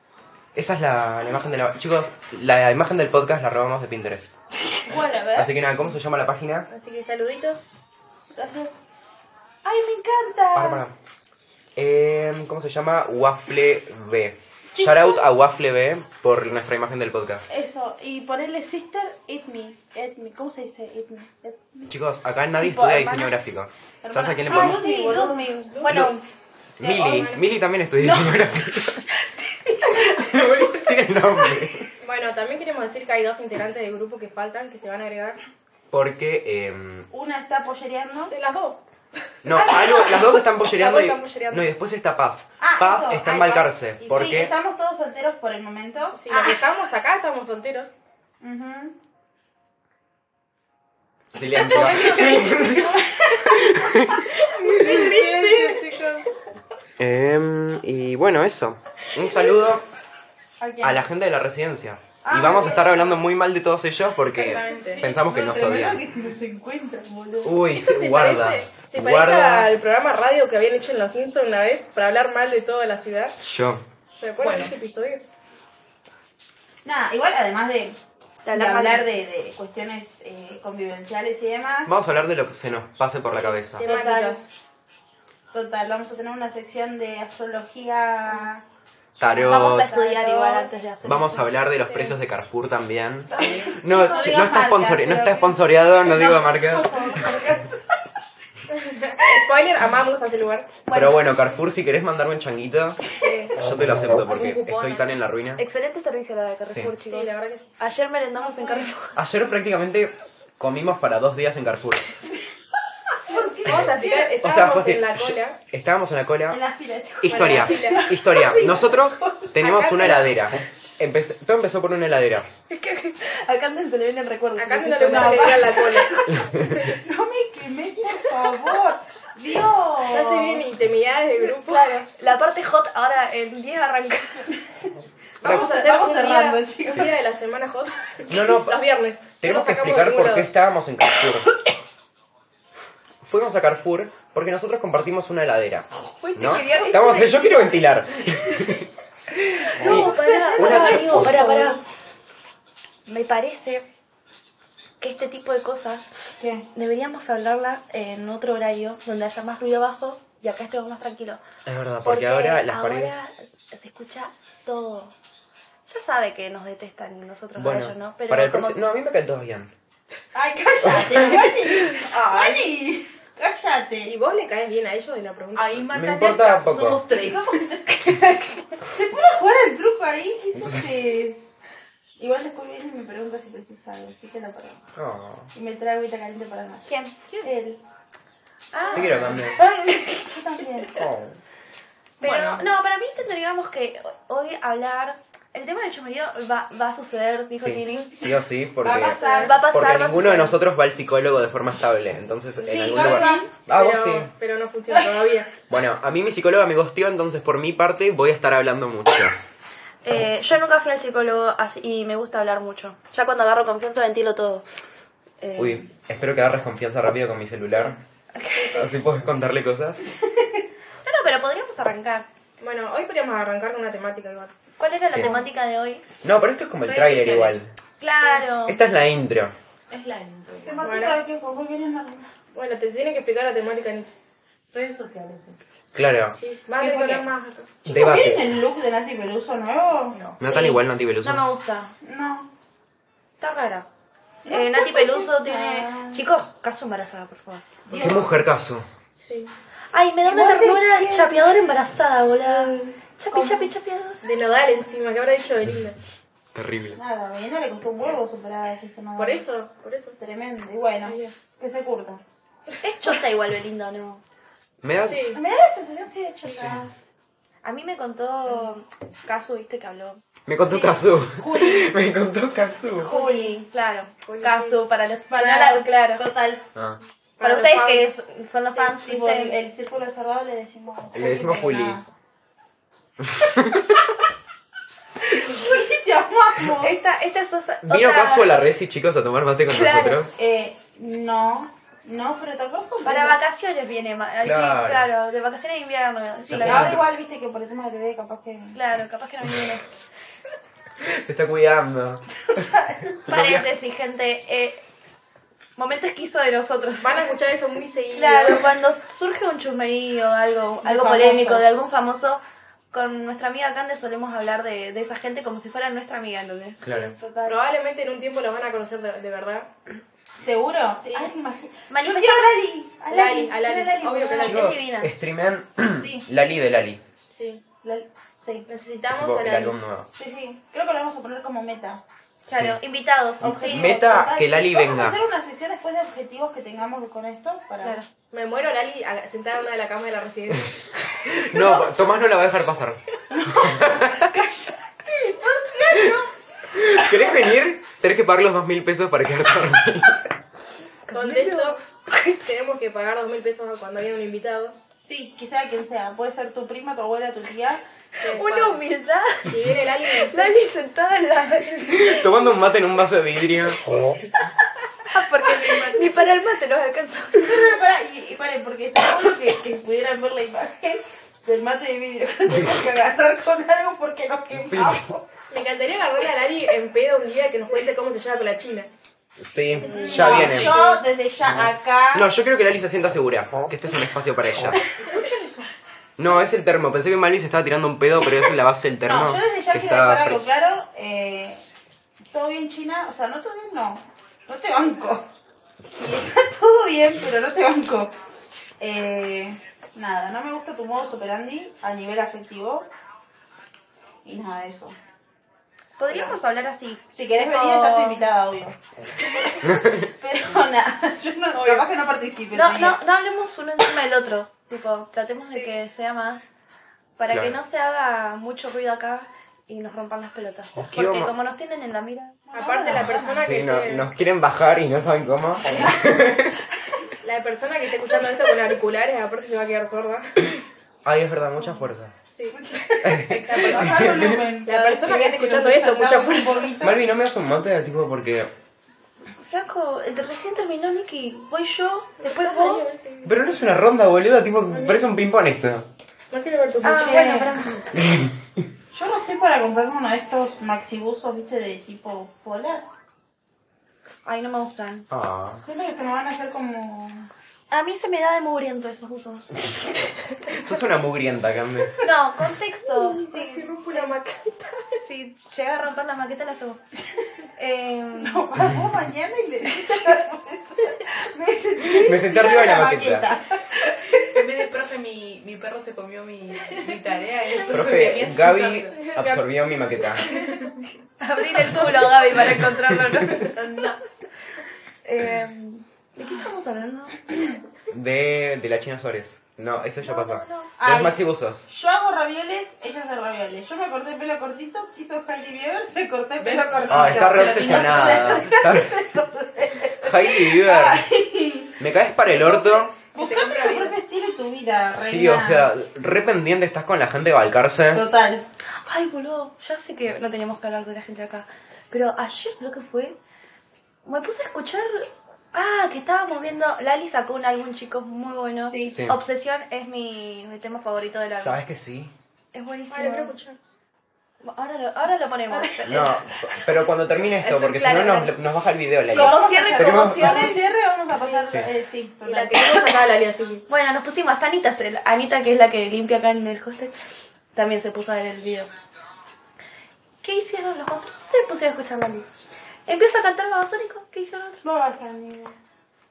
Speaker 1: Esa es la, la imagen de la... Chicos, la imagen del podcast la robamos de Pinterest.
Speaker 2: Bueno, a ver.
Speaker 1: Así que nada, ¿cómo se llama la página?
Speaker 5: Así que saluditos.
Speaker 2: Gracias. ¡Ay, me encanta!
Speaker 1: Para, para. Em, ¿Cómo se llama? Waffle B. Shout out a Waffle B por nuestra imagen del podcast.
Speaker 2: Eso, y ponerle sister, eat me, eat me. ¿Cómo se dice eat me? Eat me.
Speaker 1: Chicos, acá nadie
Speaker 2: Tipo,
Speaker 1: estudia
Speaker 2: hermana-
Speaker 1: diseño gráfico. ¿Sabes
Speaker 2: hermana-
Speaker 1: a quién le
Speaker 2: Ah,
Speaker 1: podemos...?
Speaker 2: sí,
Speaker 5: boludo.
Speaker 2: Lumi. Bueno,
Speaker 1: Mili. Mili también estudia diseño gráfico. No voy a decir el nombre.
Speaker 5: Bueno, también queremos decir que hay dos integrantes del grupo que faltan, que se van a agregar.
Speaker 1: Porque... em,
Speaker 2: una está pollereando.
Speaker 5: De las dos.
Speaker 1: no, algo- las dos están pollereando
Speaker 5: Las
Speaker 1: y...
Speaker 5: dos están pollereando.
Speaker 1: No, y después está Paz.
Speaker 2: Ah,
Speaker 1: Paz
Speaker 2: eso,
Speaker 1: está en
Speaker 5: ay,
Speaker 1: Balcarce.
Speaker 5: Paz. Y
Speaker 1: Porque...
Speaker 2: Sí, estamos todos solteros por el momento.
Speaker 5: Si los que estamos acá estamos solteros.
Speaker 2: Ujú.
Speaker 1: Silencio. Em, y bueno, eso. Un saludo
Speaker 2: Ok.
Speaker 1: a la gente de la residencia.
Speaker 2: Ah,
Speaker 1: y vamos
Speaker 2: ok.
Speaker 1: a estar hablando muy mal de todos ellos porque
Speaker 5: Exactamente.
Speaker 1: pensamos que
Speaker 2: No,
Speaker 1: nos Uh.
Speaker 2: tremendo
Speaker 1: odian.
Speaker 2: que si nos encuentran, boludo.
Speaker 1: Uy,
Speaker 5: Esto se
Speaker 1: guarda.
Speaker 5: parece, se
Speaker 1: guarda.
Speaker 5: parece al programa radio que habían hecho en Los Simpsons una vez para hablar mal de toda la ciudad.
Speaker 1: Yo.
Speaker 5: ¿Se acuerdan
Speaker 4: Bueno.
Speaker 5: de ese episodio?
Speaker 2: Nada, igual además de, de
Speaker 3: hablar mal.
Speaker 2: hablar de, de cuestiones eh, convivenciales y demás.
Speaker 1: Vamos a hablar de lo que se nos pase por la cabeza.
Speaker 2: Total,
Speaker 5: Temáticas.
Speaker 2: total, vamos a tener una sección de astrología. Vamos a
Speaker 1: Tarot.
Speaker 2: estudiar igual antes de hacer.
Speaker 1: Vamos a hablar de los precios de Carrefour también. No,
Speaker 2: No
Speaker 1: no
Speaker 2: digas
Speaker 1: está,
Speaker 2: marcas,
Speaker 1: sponsore- no
Speaker 2: pero-
Speaker 1: está sponsoreado, no digo marcas.
Speaker 5: Spoiler, amamos a ese lugar.
Speaker 1: Pero bueno, Carrefour, si querés mandarme un changuito, yo te lo acepto porque
Speaker 5: Algún cupón,
Speaker 1: estoy tan en la ruina.
Speaker 3: Excelente servicio la de Carrefour,
Speaker 1: Sí.
Speaker 5: Sí,
Speaker 3: chicos.
Speaker 5: la verdad que sí.
Speaker 3: Ayer merendamos en Carrefour.
Speaker 1: Ayer prácticamente comimos para dos días en Carrefour.
Speaker 5: Vamos a tirar,
Speaker 1: O sea,
Speaker 5: estábamos
Speaker 1: fue así.
Speaker 5: en la
Speaker 1: yo-
Speaker 5: cola.
Speaker 1: Estábamos en la
Speaker 2: En
Speaker 1: cola.
Speaker 2: la fila, chicos.
Speaker 1: Historia,
Speaker 5: Bueno, en la fila.
Speaker 1: historia. Nosotros tenemos
Speaker 5: Acá
Speaker 1: una
Speaker 5: te-
Speaker 1: heladera. Empecé- todo empezó por una heladera.
Speaker 3: Acá se le vienen recuerdos.
Speaker 5: Acá
Speaker 3: Sí,
Speaker 5: se no
Speaker 3: sí,
Speaker 5: le gusta
Speaker 3: no.
Speaker 5: que digan la cola.
Speaker 2: No me quemé, por favor. Dios.
Speaker 5: Ya se vienen intimidades del grupo.
Speaker 3: Claro, la parte hot ahora en 10 arranca.
Speaker 5: Vamos a
Speaker 2: Vamos-
Speaker 5: hacer
Speaker 2: vamos
Speaker 5: un
Speaker 2: cerrando,
Speaker 5: día,
Speaker 2: chicos.
Speaker 5: un día de la semana hot.
Speaker 1: No, no,
Speaker 5: Los viernes.
Speaker 1: Tenemos
Speaker 5: No
Speaker 1: que
Speaker 5: sacamos
Speaker 1: explicar
Speaker 5: de ningún
Speaker 1: por qué
Speaker 5: lado.
Speaker 1: estábamos en Carrefour. fuimos a Carrefour porque nosotros compartimos una heladera.
Speaker 3: Uy, te
Speaker 1: ¿No?
Speaker 3: quería ver.
Speaker 1: Estamos, yo quiero ventilar. Y
Speaker 3: No, pará,
Speaker 1: una
Speaker 3: pará,
Speaker 1: chapuza.
Speaker 3: amigo, pará, pará. Me parece que este tipo de cosas
Speaker 2: ¿Qué?
Speaker 3: deberíamos hablarla en otro horario donde haya más ruido abajo y acá estemos más tranquilos.
Speaker 1: Es verdad, porque, ahora las paredes.
Speaker 3: se escucha todo. Ya sabe que nos detestan y nosotros a ellos, ¿no?
Speaker 1: Bueno,
Speaker 3: Pero
Speaker 1: para el
Speaker 3: como-
Speaker 1: próximo. No, a mí me caen todos bien.
Speaker 2: Ay, cállate, Bonnie. Bonnie,
Speaker 5: ¿Y
Speaker 2: cállate.
Speaker 5: vos le caes bien a ellos de la pregunta?
Speaker 4: Ahí mataste
Speaker 1: importa
Speaker 4: al caso,
Speaker 1: poco.
Speaker 4: somos tres.
Speaker 2: ¿Se puede jugar el truco ahí? Eso se- Igual después viene y me pregunta si precisas algo, así que la paro.
Speaker 1: Oh,
Speaker 2: Y me trae agüita caliente para nada.
Speaker 3: ¿Quién?
Speaker 2: Él.
Speaker 3: Ah,
Speaker 1: te quiero también.
Speaker 2: Yo también.
Speaker 1: Oh.
Speaker 3: pero
Speaker 4: Bueno.
Speaker 3: no, para mí tendríamos que hoy hablar. El tema del chumerío va, va a suceder, dijo
Speaker 1: Sí,
Speaker 3: Tini.
Speaker 1: sí o sí, porque,
Speaker 2: Va a pasar.
Speaker 3: Va a pasar, va
Speaker 1: porque
Speaker 3: a
Speaker 1: ninguno de
Speaker 3: suceder.
Speaker 1: nosotros va al psicólogo de forma estable. Entonces, en
Speaker 5: Sí,
Speaker 1: algún
Speaker 5: yo
Speaker 1: lugar.
Speaker 5: sí,
Speaker 1: Ah, vos
Speaker 5: pero,
Speaker 1: sí.
Speaker 5: pero no funciona todavía.
Speaker 1: Bueno, a mí mi psicóloga me gosteó, entonces por mi parte voy a estar hablando mucho.
Speaker 3: Eh, yo nunca fui al psicólogo así- y me gusta hablar mucho. Ya cuando agarro confianza ventilo todo. Eh,
Speaker 1: Uy, espero que agarres confianza rápido con mi celular. Así puedes contarle cosas.
Speaker 3: No, no, pero podríamos arrancar.
Speaker 5: Bueno, hoy podríamos arrancar con una temática igual.
Speaker 3: ¿Cuál era
Speaker 1: Sí.
Speaker 3: la temática de hoy?
Speaker 1: No, pero esto es como el
Speaker 4: Redes
Speaker 1: tráiler
Speaker 4: sociales.
Speaker 1: igual.
Speaker 3: Claro.
Speaker 1: Esta es la intro.
Speaker 4: Es la intro.
Speaker 2: ¿Qué más
Speaker 5: Bueno.
Speaker 2: para que fue? Muy bien, Marlene.
Speaker 5: Bueno, te tiene que explicar la temática, Nito.
Speaker 4: Redes sociales. es.
Speaker 1: Claro.
Speaker 5: Sí, va a
Speaker 2: ¿Qué, por
Speaker 5: recordar
Speaker 2: qué?
Speaker 5: más.
Speaker 2: ¿Vieron
Speaker 1: Debate.
Speaker 2: el look de Nati Peluso nuevo?
Speaker 4: No.
Speaker 1: No tan
Speaker 3: Sí.
Speaker 1: igual Nati Peluso.
Speaker 3: No me gusta.
Speaker 2: No.
Speaker 3: Está rara.
Speaker 2: No
Speaker 3: Eh,
Speaker 2: está
Speaker 3: Nati Peluso
Speaker 2: confusa.
Speaker 3: tiene. Chicos, caso embarazada, por favor.
Speaker 1: Qué mujer caso.
Speaker 5: Sí.
Speaker 3: Ay, me da una
Speaker 2: Igual te
Speaker 3: ternura
Speaker 2: entiendo.
Speaker 3: chapeadora embarazada, boludo. Chapi, chapi, chapeadora.
Speaker 5: De nodal encima, que habrá dicho Belinda.
Speaker 1: Terrible.
Speaker 2: Nada, a Belinda le costó un huevo superar a este
Speaker 5: Por eso, por eso.
Speaker 2: Tremendo. Y bueno,
Speaker 5: Ay, Dios.
Speaker 2: que se curta.
Speaker 3: Es chota igual, Belinda, ¿o ¿no?
Speaker 1: Me da.
Speaker 5: Sí.
Speaker 2: Me da la sensación, sí, de chata.
Speaker 3: A mí me contó Casu, viste que habló.
Speaker 1: Me contó Kazu. Me contó Kazu.
Speaker 3: Juli, claro.
Speaker 5: Juli,
Speaker 3: Casu, para los. Para, claro.
Speaker 2: Total.
Speaker 1: Ah.
Speaker 3: Para
Speaker 5: Para los
Speaker 3: ustedes que
Speaker 5: fans.
Speaker 3: es- son los fans,
Speaker 2: Tipo,
Speaker 3: ¿viste?
Speaker 2: el, el círculo cerrado le decimos.
Speaker 1: Le decimos Juli.
Speaker 2: nada. Juli, te amamos.
Speaker 3: Esta, esta es otra...
Speaker 1: Vino Kazu a la Resi, chicos, a tomar mate con
Speaker 3: Claro.
Speaker 1: nosotros.
Speaker 2: Eh, no. No, pero tampoco.
Speaker 3: Para vacaciones viene, ma- sí,
Speaker 1: Claro.
Speaker 3: claro. de vacaciones de invierno. Sí,
Speaker 1: Ya
Speaker 2: Sí,
Speaker 1: está.
Speaker 3: claro,
Speaker 2: ahora igual viste que por el tema del bebé, capaz que.
Speaker 3: claro, capaz que no viene.
Speaker 1: Se está cuidando.
Speaker 3: Paréntesis, gente. Eh, momento esquizo de nosotros.
Speaker 5: Van a escuchar esto muy seguido.
Speaker 3: Claro, cuando surge un chusmerío, algo,
Speaker 2: De
Speaker 3: algo
Speaker 2: famosos.
Speaker 3: polémico de algún famoso, con nuestra amiga Cande solemos hablar de, de esa gente como si fuera nuestra amiga, ¿entendés?
Speaker 1: Claro.
Speaker 2: Total.
Speaker 5: Probablemente en un tiempo los van a conocer de, de verdad.
Speaker 2: ¿Seguro? Sí. Ay, imagínate.
Speaker 3: Manifestamos-
Speaker 2: Yo quiero a Lali.
Speaker 5: Lali, a Lali.
Speaker 2: Quiero a Lali.
Speaker 5: Obvio que Lali.
Speaker 1: Chicos,
Speaker 3: divina.
Speaker 1: streamen
Speaker 2: Sí.
Speaker 1: Lali de Lali.
Speaker 5: Sí.
Speaker 2: Lali. Sí.
Speaker 5: Necesitamos
Speaker 1: Tipo,
Speaker 5: a
Speaker 1: el
Speaker 5: la-
Speaker 1: álbum nuevo.
Speaker 2: Sí, sí. Creo que lo vamos a poner como meta.
Speaker 3: Claro, invitados.
Speaker 2: Objetivos,
Speaker 3: Sí,
Speaker 1: Meta,
Speaker 2: total.
Speaker 1: que Lali
Speaker 2: Vamos
Speaker 1: venga.
Speaker 2: a hacer una sección después de objetivos que tengamos con esto. Para...
Speaker 3: claro.
Speaker 5: Me muero Lali a- sentada en una de las camas de la residencia.
Speaker 1: No, Tomás no la va a dejar pasar. ¿Querés venir? Tenés que pagar los dos mil pesos para quedarte a dormir.
Speaker 5: Contesto, tenemos que pagar dos mil pesos cuando viene un invitado.
Speaker 2: Sí, que sea quien sea. Puede ser tu prima, tu abuela, tu tía.
Speaker 5: Se
Speaker 3: Una
Speaker 5: paga.
Speaker 3: humildad.
Speaker 5: Si viene Lali, me dice,
Speaker 3: Lali sentada en la...
Speaker 1: Tomando un mate en un vaso de vidrio.
Speaker 3: Porque ni para el mate los alcanzó.
Speaker 2: Pero pará, y, y paren, porque está bueno que, que pudieran ver la imagen del mate de vidrio. Que tenemos que agarrar con algo porque nos quemamos.
Speaker 1: Sí, sí.
Speaker 5: me encantaría agarrar a Lali en pedo un día que nos cuente cómo se lleva con la China.
Speaker 1: Sí, ya
Speaker 2: No,
Speaker 1: viene.
Speaker 2: Yo desde ya acá.
Speaker 1: No, yo creo que Lali se sienta segura, que este es un espacio para ella. No, es el termo. Pensé que Mali se estaba tirando un pedo, pero es la base del termo.
Speaker 2: No, yo desde ya
Speaker 1: que
Speaker 2: quiero
Speaker 1: está
Speaker 2: dejar algo
Speaker 1: fresca.
Speaker 2: claro. eh, todo bien, China. O sea, no todo bien, no. No te banco. Y está todo bien, pero no te banco. Eh, nada, no me gusta tu modo superandi a nivel afectivo. Y nada de eso.
Speaker 3: Podríamos hablar así.
Speaker 2: Si querés venir,
Speaker 3: Tipo-
Speaker 2: estás invitada, obvio. pero nada, yo no, capaz que no participe.
Speaker 3: No,
Speaker 2: sí.
Speaker 3: no, no hablemos uno encima del otro. Tipo, tratemos de que sea más. Para
Speaker 1: Claro.
Speaker 3: que no se haga mucho ruido acá y nos rompan las pelotas.
Speaker 1: Os
Speaker 3: Porque
Speaker 1: quiero ma-
Speaker 3: como nos tienen en la mira.
Speaker 5: Aparte, la persona que
Speaker 1: Sí, no-
Speaker 5: esté-
Speaker 1: nos quieren bajar y no saben cómo.
Speaker 5: la persona que esté escuchando esto con auriculares, aparte se va a quedar sorda.
Speaker 1: Ay, es verdad, mucha fuerza.
Speaker 5: Sí.
Speaker 2: Bajar el volumen.
Speaker 5: La persona que está escuchando
Speaker 2: nos
Speaker 5: esto, mucha
Speaker 2: exaltamos un
Speaker 5: fuerza.
Speaker 2: poquito.
Speaker 1: Malvi, ¿no me das un mate? Tipo, porque
Speaker 3: Flaco, eh, recién terminó Nicky. Voy yo, después vos.
Speaker 1: Pero no es una ronda, boludo, tipo, parece un ping-pong esto.
Speaker 5: No quiero ver tu
Speaker 3: Ah,
Speaker 5: cuchillo.
Speaker 3: bueno, pará.
Speaker 2: Yo no estoy para comprarme uno de estos maxibuzos, viste, de tipo polar.
Speaker 3: Ay, no me gustan.
Speaker 1: Ah.
Speaker 2: Siento que se me van a hacer como.
Speaker 3: A mí se me da de mugriento esos usos.
Speaker 1: Sos una mugrienta, Cami.
Speaker 3: No, contexto.
Speaker 5: Se
Speaker 3: Sí,
Speaker 5: rompe una maqueta.
Speaker 3: si llega a romper la maqueta, la subo. Em,
Speaker 2: Vos mañana y le Me senté,
Speaker 1: Me senté arriba de la maqueta.
Speaker 4: En vez de profe, mi, mi perro se comió mi, mi tarea. y el me
Speaker 1: Profe,
Speaker 4: hacía
Speaker 1: Gaby
Speaker 4: sentarme.
Speaker 1: absorbió mi maqueta.
Speaker 3: Abrir el culo, Gaby, para encontrarlo. No. No. Em, ¿De qué estamos hablando?
Speaker 1: De, de la China Suárez. No, eso ya pasó. De los
Speaker 2: Ay.
Speaker 1: maxibuzos.
Speaker 2: Yo hago ravioles, ella hace ravioles. Yo me corté el pelo cortito, quiso Hailey Bieber, se cortó el pelo cortito.
Speaker 1: Ah, está re
Speaker 4: Pero
Speaker 1: obsesionada. Está re- Hailey Bieber. Me caes para el orto.
Speaker 4: Que se
Speaker 2: Buscate
Speaker 4: compra
Speaker 2: tu
Speaker 4: bien.
Speaker 2: propio estilo y tu vida, reina.
Speaker 1: Sí, o sea, re pendiente estás con la gente de Balcarce.
Speaker 2: Total.
Speaker 3: Ay, boludo, ya sé que no teníamos que hablar de la gente de acá. Pero ayer lo que fue, me puse a escuchar. Ah, que estábamos viendo. Lali sacó un álbum, chicos, muy bueno.
Speaker 2: Sí.
Speaker 1: Sí.
Speaker 3: Obsesión es mi, mi tema favorito del álbum.
Speaker 1: ¿Sabes que sí?
Speaker 3: Es
Speaker 5: Ay, lo quiero
Speaker 3: buenísimo.
Speaker 5: escuchar.
Speaker 3: Ahora lo, ahora lo ponemos.
Speaker 1: No, pero cuando termine esto,
Speaker 3: Eso,
Speaker 1: porque si
Speaker 3: claro,
Speaker 1: no nos, nos baja el video, la
Speaker 3: Como
Speaker 2: vamos a
Speaker 3: cierre,
Speaker 2: hacer-
Speaker 3: como
Speaker 1: Tenemos-
Speaker 2: Como
Speaker 3: cierre.
Speaker 2: cierre vamos a pasar...
Speaker 1: Sí.
Speaker 2: eh, sí
Speaker 5: Y la
Speaker 2: total.
Speaker 5: que vimos acá, la Lali, así que.
Speaker 3: Bueno, nos pusimos hasta Anita, se- Anita que es la que limpia acá en el hostel, también se puso a ver el video. ¿Qué hicieron los otros? Se pusieron a escuchar la luz. Empieza a cantar Babasónico, ¿qué hicieron los otros?
Speaker 2: No vas a ni...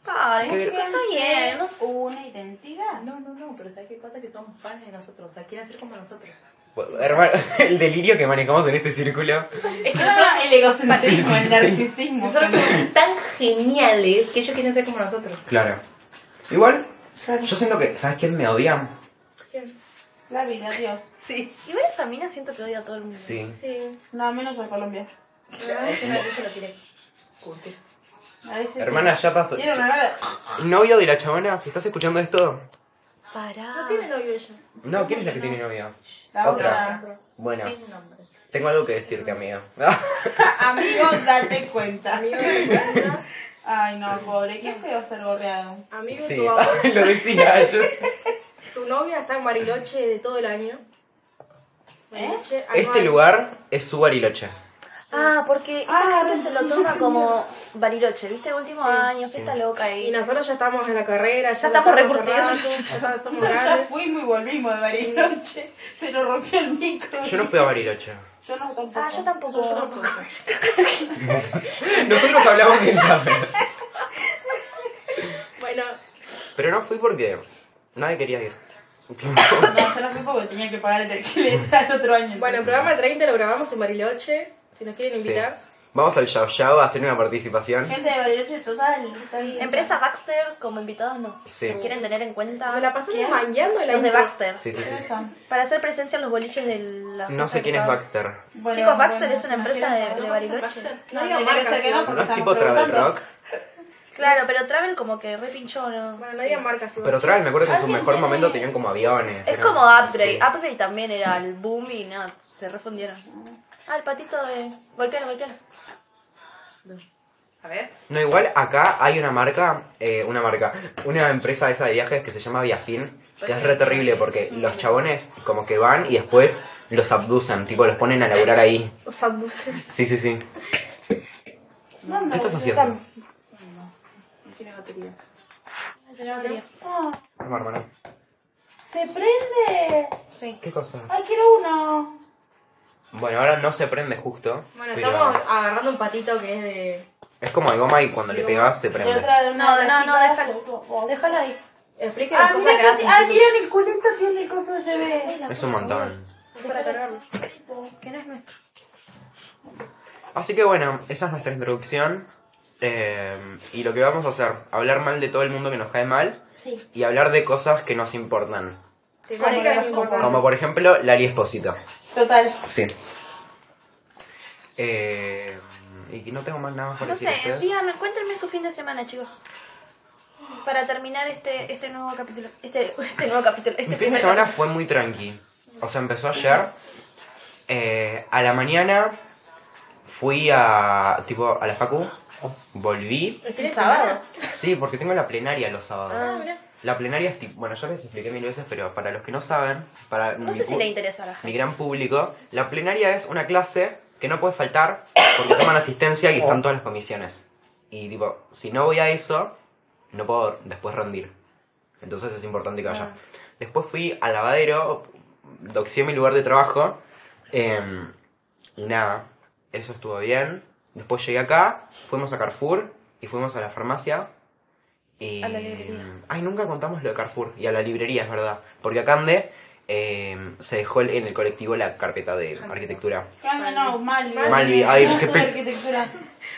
Speaker 3: Paren,
Speaker 1: Qué-
Speaker 3: chicos, está bien. no sé.
Speaker 2: Una identidad.
Speaker 4: No, no, no, pero ¿sabes qué pasa? Que son fans de nosotros, o sea, quieren ser como nosotros.
Speaker 1: Hermano, el delirio que manejamos en este círculo.
Speaker 4: Es
Speaker 2: No,
Speaker 4: que
Speaker 2: no,
Speaker 4: nosotros,
Speaker 2: el egocentrismo,
Speaker 1: Sí, sí,
Speaker 2: el narcisismo.
Speaker 4: nosotros somos tan geniales que ellos quieren ser como nosotros.
Speaker 1: Claro. Igual,
Speaker 2: Claro.
Speaker 1: yo siento que, ¿sabes quién me odia?
Speaker 2: La vida, Dios.
Speaker 4: Sí.
Speaker 3: Y ver esa mina siento que odia a todo el mundo.
Speaker 1: Sí.
Speaker 5: Sí.
Speaker 2: Nada menos a Colombia.
Speaker 4: Ese no se lo quiere. curtir.
Speaker 2: A veces...
Speaker 1: Hermana, ya pasó.
Speaker 2: Tiene una cara de-
Speaker 1: Novio de la chabona, si estás escuchando esto.
Speaker 3: Pará.
Speaker 5: No tiene novio ella.
Speaker 1: No, ¿quién es la que tiene novio?
Speaker 2: La
Speaker 1: Otra.
Speaker 2: otra.
Speaker 1: Bueno,
Speaker 4: Sin nombre.
Speaker 1: tengo algo que decirte, amiga.
Speaker 2: Amigo, date cuenta.
Speaker 5: Amigo de tu banda,
Speaker 2: Ay, no, pobre. Qué feo ser gorreado.
Speaker 5: amigo de
Speaker 1: Sí,
Speaker 5: tu mamá.
Speaker 1: lo decía yo.
Speaker 5: Tu novia está en Bariloche de todo el año. Bariloche,
Speaker 1: Este
Speaker 5: anual.
Speaker 1: lugar es su bariloche.
Speaker 3: Ah, porque esta
Speaker 2: Ah,
Speaker 3: gente se lo toma como bariloche, ¿viste? Último año, fiesta loca
Speaker 5: Y
Speaker 3: ahí.
Speaker 5: nosotros ya estamos en la carrera, ya,
Speaker 3: estamos
Speaker 5: hace
Speaker 3: recurtidos.
Speaker 5: rato, ya somos
Speaker 2: Ya
Speaker 5: grandes.
Speaker 2: fuimos y volvimos de Bariloche. Se nos rompió el micro.
Speaker 1: Yo no fui a bariloche.
Speaker 2: Yo no tampoco.
Speaker 3: Ah, yo tampoco.
Speaker 5: Yo tampoco.
Speaker 1: Nosotros hablamos que sabe.
Speaker 5: Bueno,
Speaker 1: Pero no fui porque nadie quería ir.
Speaker 2: No, yo no fui porque tenía que pagar el alquiler al otro año.
Speaker 5: bueno, el programa 30 lo grabamos en Bariloche, si nos quieren
Speaker 1: Sí.
Speaker 5: invitar.
Speaker 1: Vamos al Yao Yao a hacer una participación.
Speaker 2: Gente de Bariloche total.
Speaker 3: Empresa Baxter como invitados nos
Speaker 1: Sí.
Speaker 3: nos quieren tener en cuenta.
Speaker 5: Nos Ah, la pasamos
Speaker 3: ¿Quién?
Speaker 5: mangueando la
Speaker 3: Los de
Speaker 5: intro.
Speaker 3: Baxter.
Speaker 1: Sí, sí, sí.
Speaker 2: Empresa.
Speaker 3: Para hacer presencia en los boliches de la
Speaker 1: No sé
Speaker 3: fiesta
Speaker 1: quién es
Speaker 3: que
Speaker 1: Baxter.
Speaker 2: Bueno,
Speaker 3: Chicos, Baxter
Speaker 2: bueno,
Speaker 3: es una empresa
Speaker 2: imagínate,
Speaker 3: de-
Speaker 2: ¿no?
Speaker 3: de Bariloche.
Speaker 5: No
Speaker 2: No,
Speaker 5: digas
Speaker 2: digo
Speaker 5: marcas,
Speaker 2: marca, que no,
Speaker 5: igual.
Speaker 1: ¿No es
Speaker 2: porque estamos
Speaker 1: tipo Travel
Speaker 2: preguntando.
Speaker 1: Rock?
Speaker 3: Claro, pero Travel como que re pinchó, ¿no?
Speaker 5: Bueno, no digan marcas igual.
Speaker 1: Pero Travel me acuerdo que en su
Speaker 2: Alguien
Speaker 1: mejor
Speaker 2: tiene-
Speaker 1: momento tenían como aviones.
Speaker 3: es
Speaker 1: eran-
Speaker 3: como Upgrade.
Speaker 1: sí.
Speaker 3: Upgrade también era el boom y no, se refundieron. Ah, el patito de... Golpealo, golpealo.
Speaker 4: A ver.
Speaker 1: No, igual acá hay una marca, eh, una marca, una empresa esa de viajes que se llama Viafin, que es re terrible porque los chabones como que van y después los abducen, tipo los ponen a laburar ahí.
Speaker 5: Los abducen.
Speaker 1: Sí, sí, sí.
Speaker 2: No, no,
Speaker 1: ¿Qué estás haciendo?
Speaker 4: No tiene batería.
Speaker 2: no.
Speaker 1: No, hermano.
Speaker 2: Se prende.
Speaker 3: Sí.
Speaker 1: ¿Qué cosa?
Speaker 2: Ay, quiero uno.
Speaker 1: Bueno, ahora no se prende justo.
Speaker 5: Bueno,
Speaker 1: pero
Speaker 5: estamos agarrando un patito que es de...
Speaker 1: Es como de goma y cuando le pegas se prende.
Speaker 2: de
Speaker 3: No,
Speaker 2: de
Speaker 3: no,
Speaker 2: las
Speaker 3: no,
Speaker 2: chicas.
Speaker 3: déjalo. Déjalo ahí.
Speaker 5: Expliquen las
Speaker 2: Ah,
Speaker 5: cosas
Speaker 2: mira,
Speaker 5: que hacen.
Speaker 2: que, ah,
Speaker 5: chicos,
Speaker 2: mira, en el culito tiene el coso USB.
Speaker 1: Es un montón.
Speaker 5: para cargarlo.
Speaker 2: Ah,
Speaker 3: Que no es nuestro.
Speaker 1: Así que bueno, esa es nuestra introducción. Eh, y lo que vamos a hacer, hablar mal de todo el mundo que nos cae mal
Speaker 2: Sí.
Speaker 1: y hablar de cosas que nos importan.
Speaker 5: Temáticas
Speaker 2: Como
Speaker 5: importantes.
Speaker 1: Como por ejemplo, Lali Espósito.
Speaker 2: Total.
Speaker 1: Sí. Eh, y no tengo más nada más para
Speaker 3: No
Speaker 1: decir.
Speaker 3: sé,
Speaker 1: ¿ustedes?
Speaker 3: díganme, cuéntenme su fin de semana, chicos. Para terminar este, este nuevo capítulo. Este, este nuevo capítulo. Este
Speaker 1: Mi fin de
Speaker 3: primer
Speaker 1: semana
Speaker 3: capítulo.
Speaker 1: fue muy tranqui. O sea, empezó ayer. Eh, a la mañana fui a, tipo, a la facu Volví.
Speaker 5: ¿El fin
Speaker 3: El
Speaker 5: de
Speaker 3: sábado.
Speaker 5: semana?
Speaker 1: Sí, porque tengo la plenaria los sábados.
Speaker 5: Ah, mirá.
Speaker 1: La plenaria es tipo. Bueno, yo les expliqué mil veces, pero para los que no saben, para
Speaker 3: No
Speaker 1: mi
Speaker 3: sé si
Speaker 1: pu-
Speaker 3: le interesa a la
Speaker 1: mi
Speaker 3: gente.
Speaker 1: gran público, la plenaria es una clase que no puede faltar porque toman asistencia y están todas las comisiones. Y tipo, si no voy a eso, no puedo después rendir. Entonces es importante que vaya. Después fui al lavadero, doxié mi lugar de trabajo. em, y nada, eso estuvo bien. Después llegué acá, fuimos a Carrefour y fuimos a la farmacia. Y...
Speaker 3: A la librería.
Speaker 1: Ay, nunca contamos lo de Carrefour y a la librería, es verdad. Porque acá Cande eh, se dejó en el colectivo la carpeta de arquitectura.
Speaker 2: Cambio, no, Malvi.
Speaker 1: Malvi, ay, qué
Speaker 2: Justo
Speaker 1: pe-
Speaker 2: de arquitectura.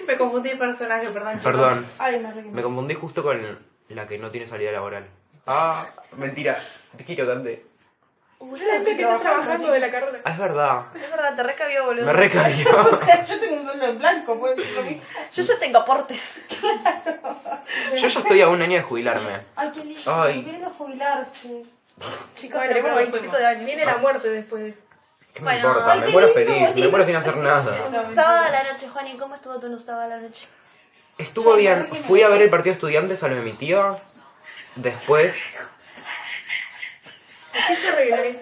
Speaker 4: Me confundí de personaje, perdón. chicos.
Speaker 1: Perdón,
Speaker 2: Ay, me arrepiento.
Speaker 1: me confundí justo con la que no tiene salida laboral. Ah, mentira, te quiero, Cande.
Speaker 5: Mirá la gente que está trabajando de la carrera.
Speaker 1: Ah, es verdad,
Speaker 3: Es verdad, te recabió, boludo.
Speaker 1: me recabió.
Speaker 2: O sea, yo tengo un sueldo en blanco, puedo decir lo mismo.
Speaker 3: Yo ya tengo aportes.
Speaker 1: Yo ya estoy a un año de jubilarme.
Speaker 2: Ay, qué lindo.
Speaker 1: Ay.
Speaker 2: Quiero jubilarse.
Speaker 3: Chicos,
Speaker 5: Bueno,
Speaker 3: tenemos
Speaker 5: pero
Speaker 3: veintipico
Speaker 4: fuimos.
Speaker 3: de años.
Speaker 5: Viene la muerte después de eso.
Speaker 1: ¿Qué me
Speaker 3: Bueno,
Speaker 1: importa?
Speaker 3: ay,
Speaker 1: Me
Speaker 2: qué
Speaker 1: muero
Speaker 2: lindo,
Speaker 1: feliz, me
Speaker 2: boludo.
Speaker 1: muero sin hacer nada.
Speaker 2: No,
Speaker 3: Sábado a
Speaker 2: mentira.
Speaker 3: la noche, Juan, ¿y cómo estuvo tu sábado a la noche?
Speaker 1: Estuvo bien, fui a ver el partido de estudiantes a lo de mi tío. Después,
Speaker 5: ¿Qué se arreglaré?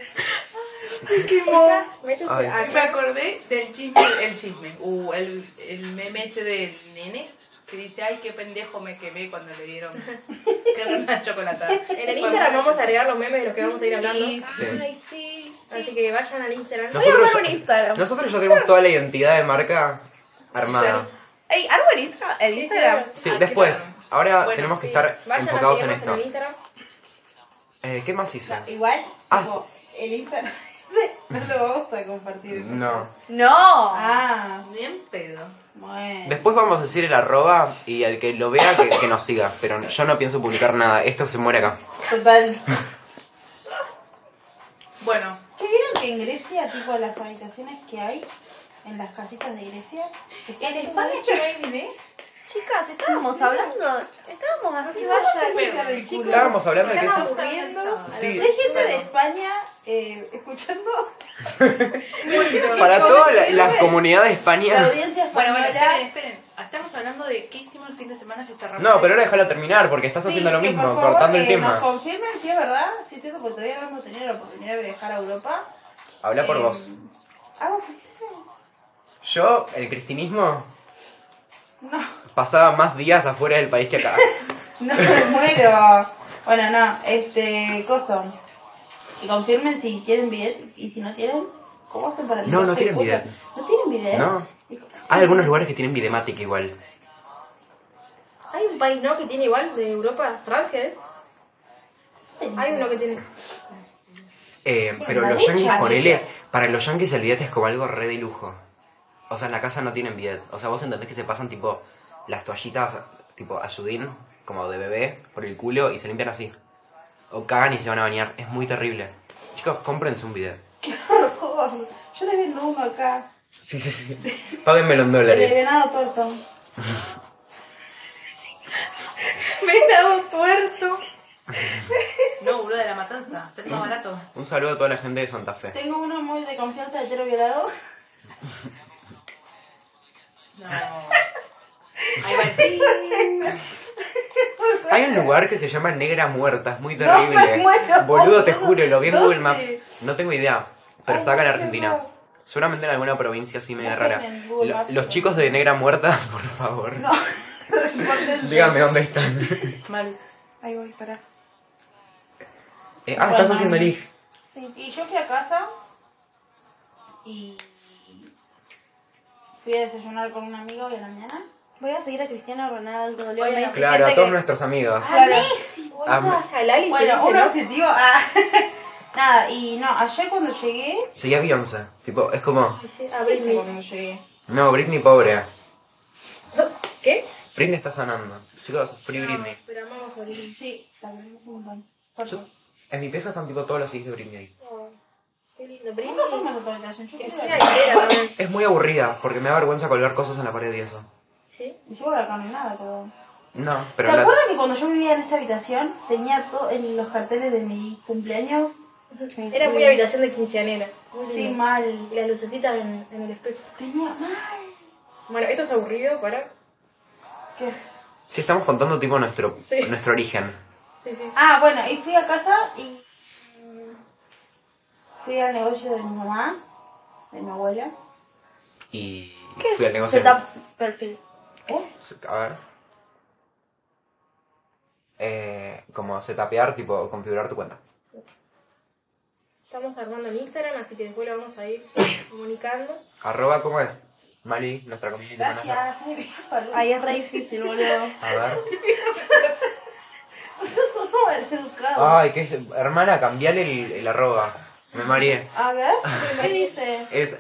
Speaker 4: Se quemó.
Speaker 5: Métese
Speaker 1: Ay.
Speaker 5: acá.
Speaker 4: Ah, Me acordé del chisme, el chisme, uh, el, el meme ese del nene que dice, ay, qué pendejo me quemé cuando le dieron que era una chocolatada.
Speaker 5: En el Instagram vamos a agregar los memes de los que vamos a ir hablando.
Speaker 4: Sí,
Speaker 1: Sí.
Speaker 3: Ay, sí. sí.
Speaker 5: Así que vayan al Instagram.
Speaker 1: No.
Speaker 3: Voy a
Speaker 1: Nosotros-
Speaker 3: armar un Instagram.
Speaker 1: nosotros ya tenemos toda la identidad de marca armada.
Speaker 3: Ey, armo el Instagram. El
Speaker 5: Sí,
Speaker 3: Instagram.
Speaker 5: sí,
Speaker 1: Sí,
Speaker 4: Ah,
Speaker 1: después,
Speaker 4: claro.
Speaker 1: ahora
Speaker 4: Bueno,
Speaker 1: tenemos que
Speaker 5: sí.
Speaker 1: estar
Speaker 5: Vayan a
Speaker 1: enfocados en
Speaker 5: seguirnos
Speaker 1: esto.
Speaker 5: el Instagram.
Speaker 1: Eh, ¿Qué más hice?
Speaker 2: No, igual,
Speaker 1: Ah.
Speaker 2: tipo, el Instagram ese no lo vamos a compartir.
Speaker 1: No.
Speaker 3: No.
Speaker 2: Ah,
Speaker 4: Bien pedo.
Speaker 2: bueno.
Speaker 1: Después vamos a decir el arroba y al que lo vea que, que nos siga. Pero yo no pienso publicar nada. Esto se muere acá.
Speaker 2: Total.
Speaker 4: Bueno,
Speaker 2: Che, ¿vieron que en Grecia, tipo, las habitaciones que hay en las casitas de Grecia?
Speaker 3: En España
Speaker 2: que hay, ¿eh?
Speaker 3: Chicas, estábamos hablando. Estábamos así,
Speaker 2: Vaya,
Speaker 3: vaya.
Speaker 2: pero,
Speaker 4: chicos.
Speaker 1: Estábamos hablando de que
Speaker 2: Estamos
Speaker 1: eso...
Speaker 2: aburriendo.
Speaker 1: Sí.
Speaker 2: Si hay gente de España eh, escuchando
Speaker 1: Para todas la- las comunidades de
Speaker 2: la
Speaker 1: España...
Speaker 2: audiencia
Speaker 4: Bueno, bueno, esperen,
Speaker 2: española.
Speaker 4: esperen. Estamos hablando de qué hicimos el fin de semana si cerramos.
Speaker 1: No, pero ahora déjala terminar porque estás haciendo
Speaker 2: Sí,
Speaker 1: lo
Speaker 2: que
Speaker 1: mismo,
Speaker 2: por favor,
Speaker 1: cortando el
Speaker 2: que Nos
Speaker 1: tema.
Speaker 2: confirmen si es verdad, si es cierto, porque todavía no hemos tenido la oportunidad de viajar a Europa.
Speaker 1: Habla por
Speaker 2: Eh,
Speaker 1: vos.
Speaker 2: ¿Hago fiesta?
Speaker 1: Yo, el cristinismo,
Speaker 2: No.
Speaker 1: pasaba más días afuera del país que acá.
Speaker 2: No me muero. Bueno, no, este, coso. Y confirmen si tienen bidet y si no tienen, ¿cómo hacen para
Speaker 1: No, no
Speaker 2: limpiarse
Speaker 1: tienen
Speaker 2: el culo?
Speaker 1: bidet.
Speaker 2: ¿No tienen bidet?
Speaker 1: No.
Speaker 2: ¿Y cómo se
Speaker 1: Hay
Speaker 2: llama?
Speaker 1: algunos lugares que tienen videmática igual.
Speaker 5: Hay un país, ¿no? Que tiene igual, de Europa. Francia es. Hay uno que tiene.
Speaker 1: Eh, pero
Speaker 2: la
Speaker 1: los yankees,
Speaker 2: ducha,
Speaker 1: ponele,
Speaker 2: chica.
Speaker 1: para los yankees el bidet es como algo re de lujo. O sea, en la casa no tienen bidet. O sea, vos entendés que se pasan tipo las toallitas, tipo ayudín, como de bebé, por el culo y se limpian así. O cagan y se van a bañar. Es muy terrible. Chicos, cómprense un bidet.
Speaker 2: Por favor, Yo les vendo uno acá.
Speaker 1: Sí, sí, sí. Páguenmelo en
Speaker 2: De
Speaker 1: dólares.
Speaker 2: venado tuerto.
Speaker 5: Venado puerto.
Speaker 4: No, boludo, de la matanza. Sale más barato.
Speaker 1: Un saludo a toda la gente de Santa Fe.
Speaker 2: Tengo uno muy de confianza de hetero violado.
Speaker 4: No. Ahí va el tin.
Speaker 1: Hay un lugar que se llama Negra Muerta, es muy
Speaker 2: No,
Speaker 1: terrible.
Speaker 2: me muero,
Speaker 1: Boludo, te
Speaker 2: boludo.
Speaker 1: juro, lo vi en Google
Speaker 2: ¿Dónde?
Speaker 1: Maps. No tengo idea, pero
Speaker 2: Ay,
Speaker 1: está acá en
Speaker 2: no,
Speaker 1: Argentina.
Speaker 2: no.
Speaker 1: Seguramente en alguna provincia así media
Speaker 2: No
Speaker 1: rara.
Speaker 2: tienen Google
Speaker 1: Lo-
Speaker 2: Maps,
Speaker 1: los
Speaker 2: ¿no?
Speaker 1: chicos de Negra Muerta, por favor. Eh,
Speaker 2: No. Córtense.
Speaker 1: Dígame dónde están.
Speaker 4: Mal.
Speaker 2: Ahí voy, pará.
Speaker 1: Eh, ah, estás
Speaker 2: Bueno.
Speaker 1: haciendo el IG.
Speaker 2: Sí, y yo fui a casa y fui a desayunar con un amigo hoy a la mañana.
Speaker 3: Voy a seguir a Cristiano Ronaldo. boludo.
Speaker 5: Oye,
Speaker 3: Me dice
Speaker 1: Claro, a
Speaker 3: gente
Speaker 1: todos
Speaker 3: que-
Speaker 1: nuestros amigos.
Speaker 3: A
Speaker 2: Ah, Claro.
Speaker 3: Messi, boludo.
Speaker 1: Am-
Speaker 5: Al Ali
Speaker 2: Bueno,
Speaker 5: se
Speaker 2: un
Speaker 5: dice, ¿no?
Speaker 2: objetivo. ah. Nada, y no, ayer cuando llegué.
Speaker 1: Seguí a Beyoncé. Tipo, es como.
Speaker 5: A
Speaker 2: ¿Qué hice
Speaker 5: Britney.
Speaker 2: cuando llegué?
Speaker 1: No, Britney pobre.
Speaker 5: ¿Qué? Ah,
Speaker 1: Britney está sanando. Chicos, free Britney.
Speaker 5: Pero amamos a Britney.
Speaker 2: Sí, la verdad es un montón. ¿Por qué?
Speaker 1: Yo- en mi pieza están tipo todos los hijos de Britney.
Speaker 5: Oh, Qué lindo. Britney.
Speaker 2: Nunca fuimos a tu habitación. Yo quiero
Speaker 5: Cristina
Speaker 2: la
Speaker 5: Aguilera también.
Speaker 1: Es muy aburrida porque me da vergüenza colgar cosas en la pared y eso.
Speaker 5: ¿Sí?
Speaker 2: Hicimos la caminada, todo.
Speaker 1: No,
Speaker 2: ¿Se
Speaker 1: pero la-
Speaker 2: acuerdan que cuando yo vivía en esta habitación tenía todo en los carteles de mi cumpleaños?
Speaker 5: Era muy habitación de quinceanera. Muy
Speaker 2: Sí,
Speaker 5: lindo.
Speaker 2: mal.
Speaker 5: Y las lucecitas en, en el espejo.
Speaker 2: Tenía mal.
Speaker 5: Bueno, esto es aburrido para.
Speaker 2: ¿Qué?
Speaker 1: Sí, estamos contando tipo nuestro,
Speaker 3: Sí.
Speaker 1: nuestro origen.
Speaker 3: Sí, sí.
Speaker 2: Ah, bueno, y fui a casa y mm, fui al negocio de mi mamá, de mi abuela.
Speaker 1: Y
Speaker 3: ¿Qué
Speaker 1: fui al
Speaker 3: es
Speaker 1: negocio.
Speaker 3: setup perfil?
Speaker 1: A ver. Eh, como setapear, tipo configurar tu cuenta.
Speaker 5: Estamos armando el Instagram, así que después lo vamos a ir comunicando.
Speaker 1: Arroba, ¿cómo es? Mali, nuestra community manager.
Speaker 2: Gracias, me dijo salud.
Speaker 3: Ahí es re difícil, boludo.
Speaker 1: A ver.
Speaker 2: Sos uno maleducado.
Speaker 1: Ay, que es. Hermana, cambiale el, el arroba. Me mareé.
Speaker 2: A ver, ¿qué dice?
Speaker 1: Es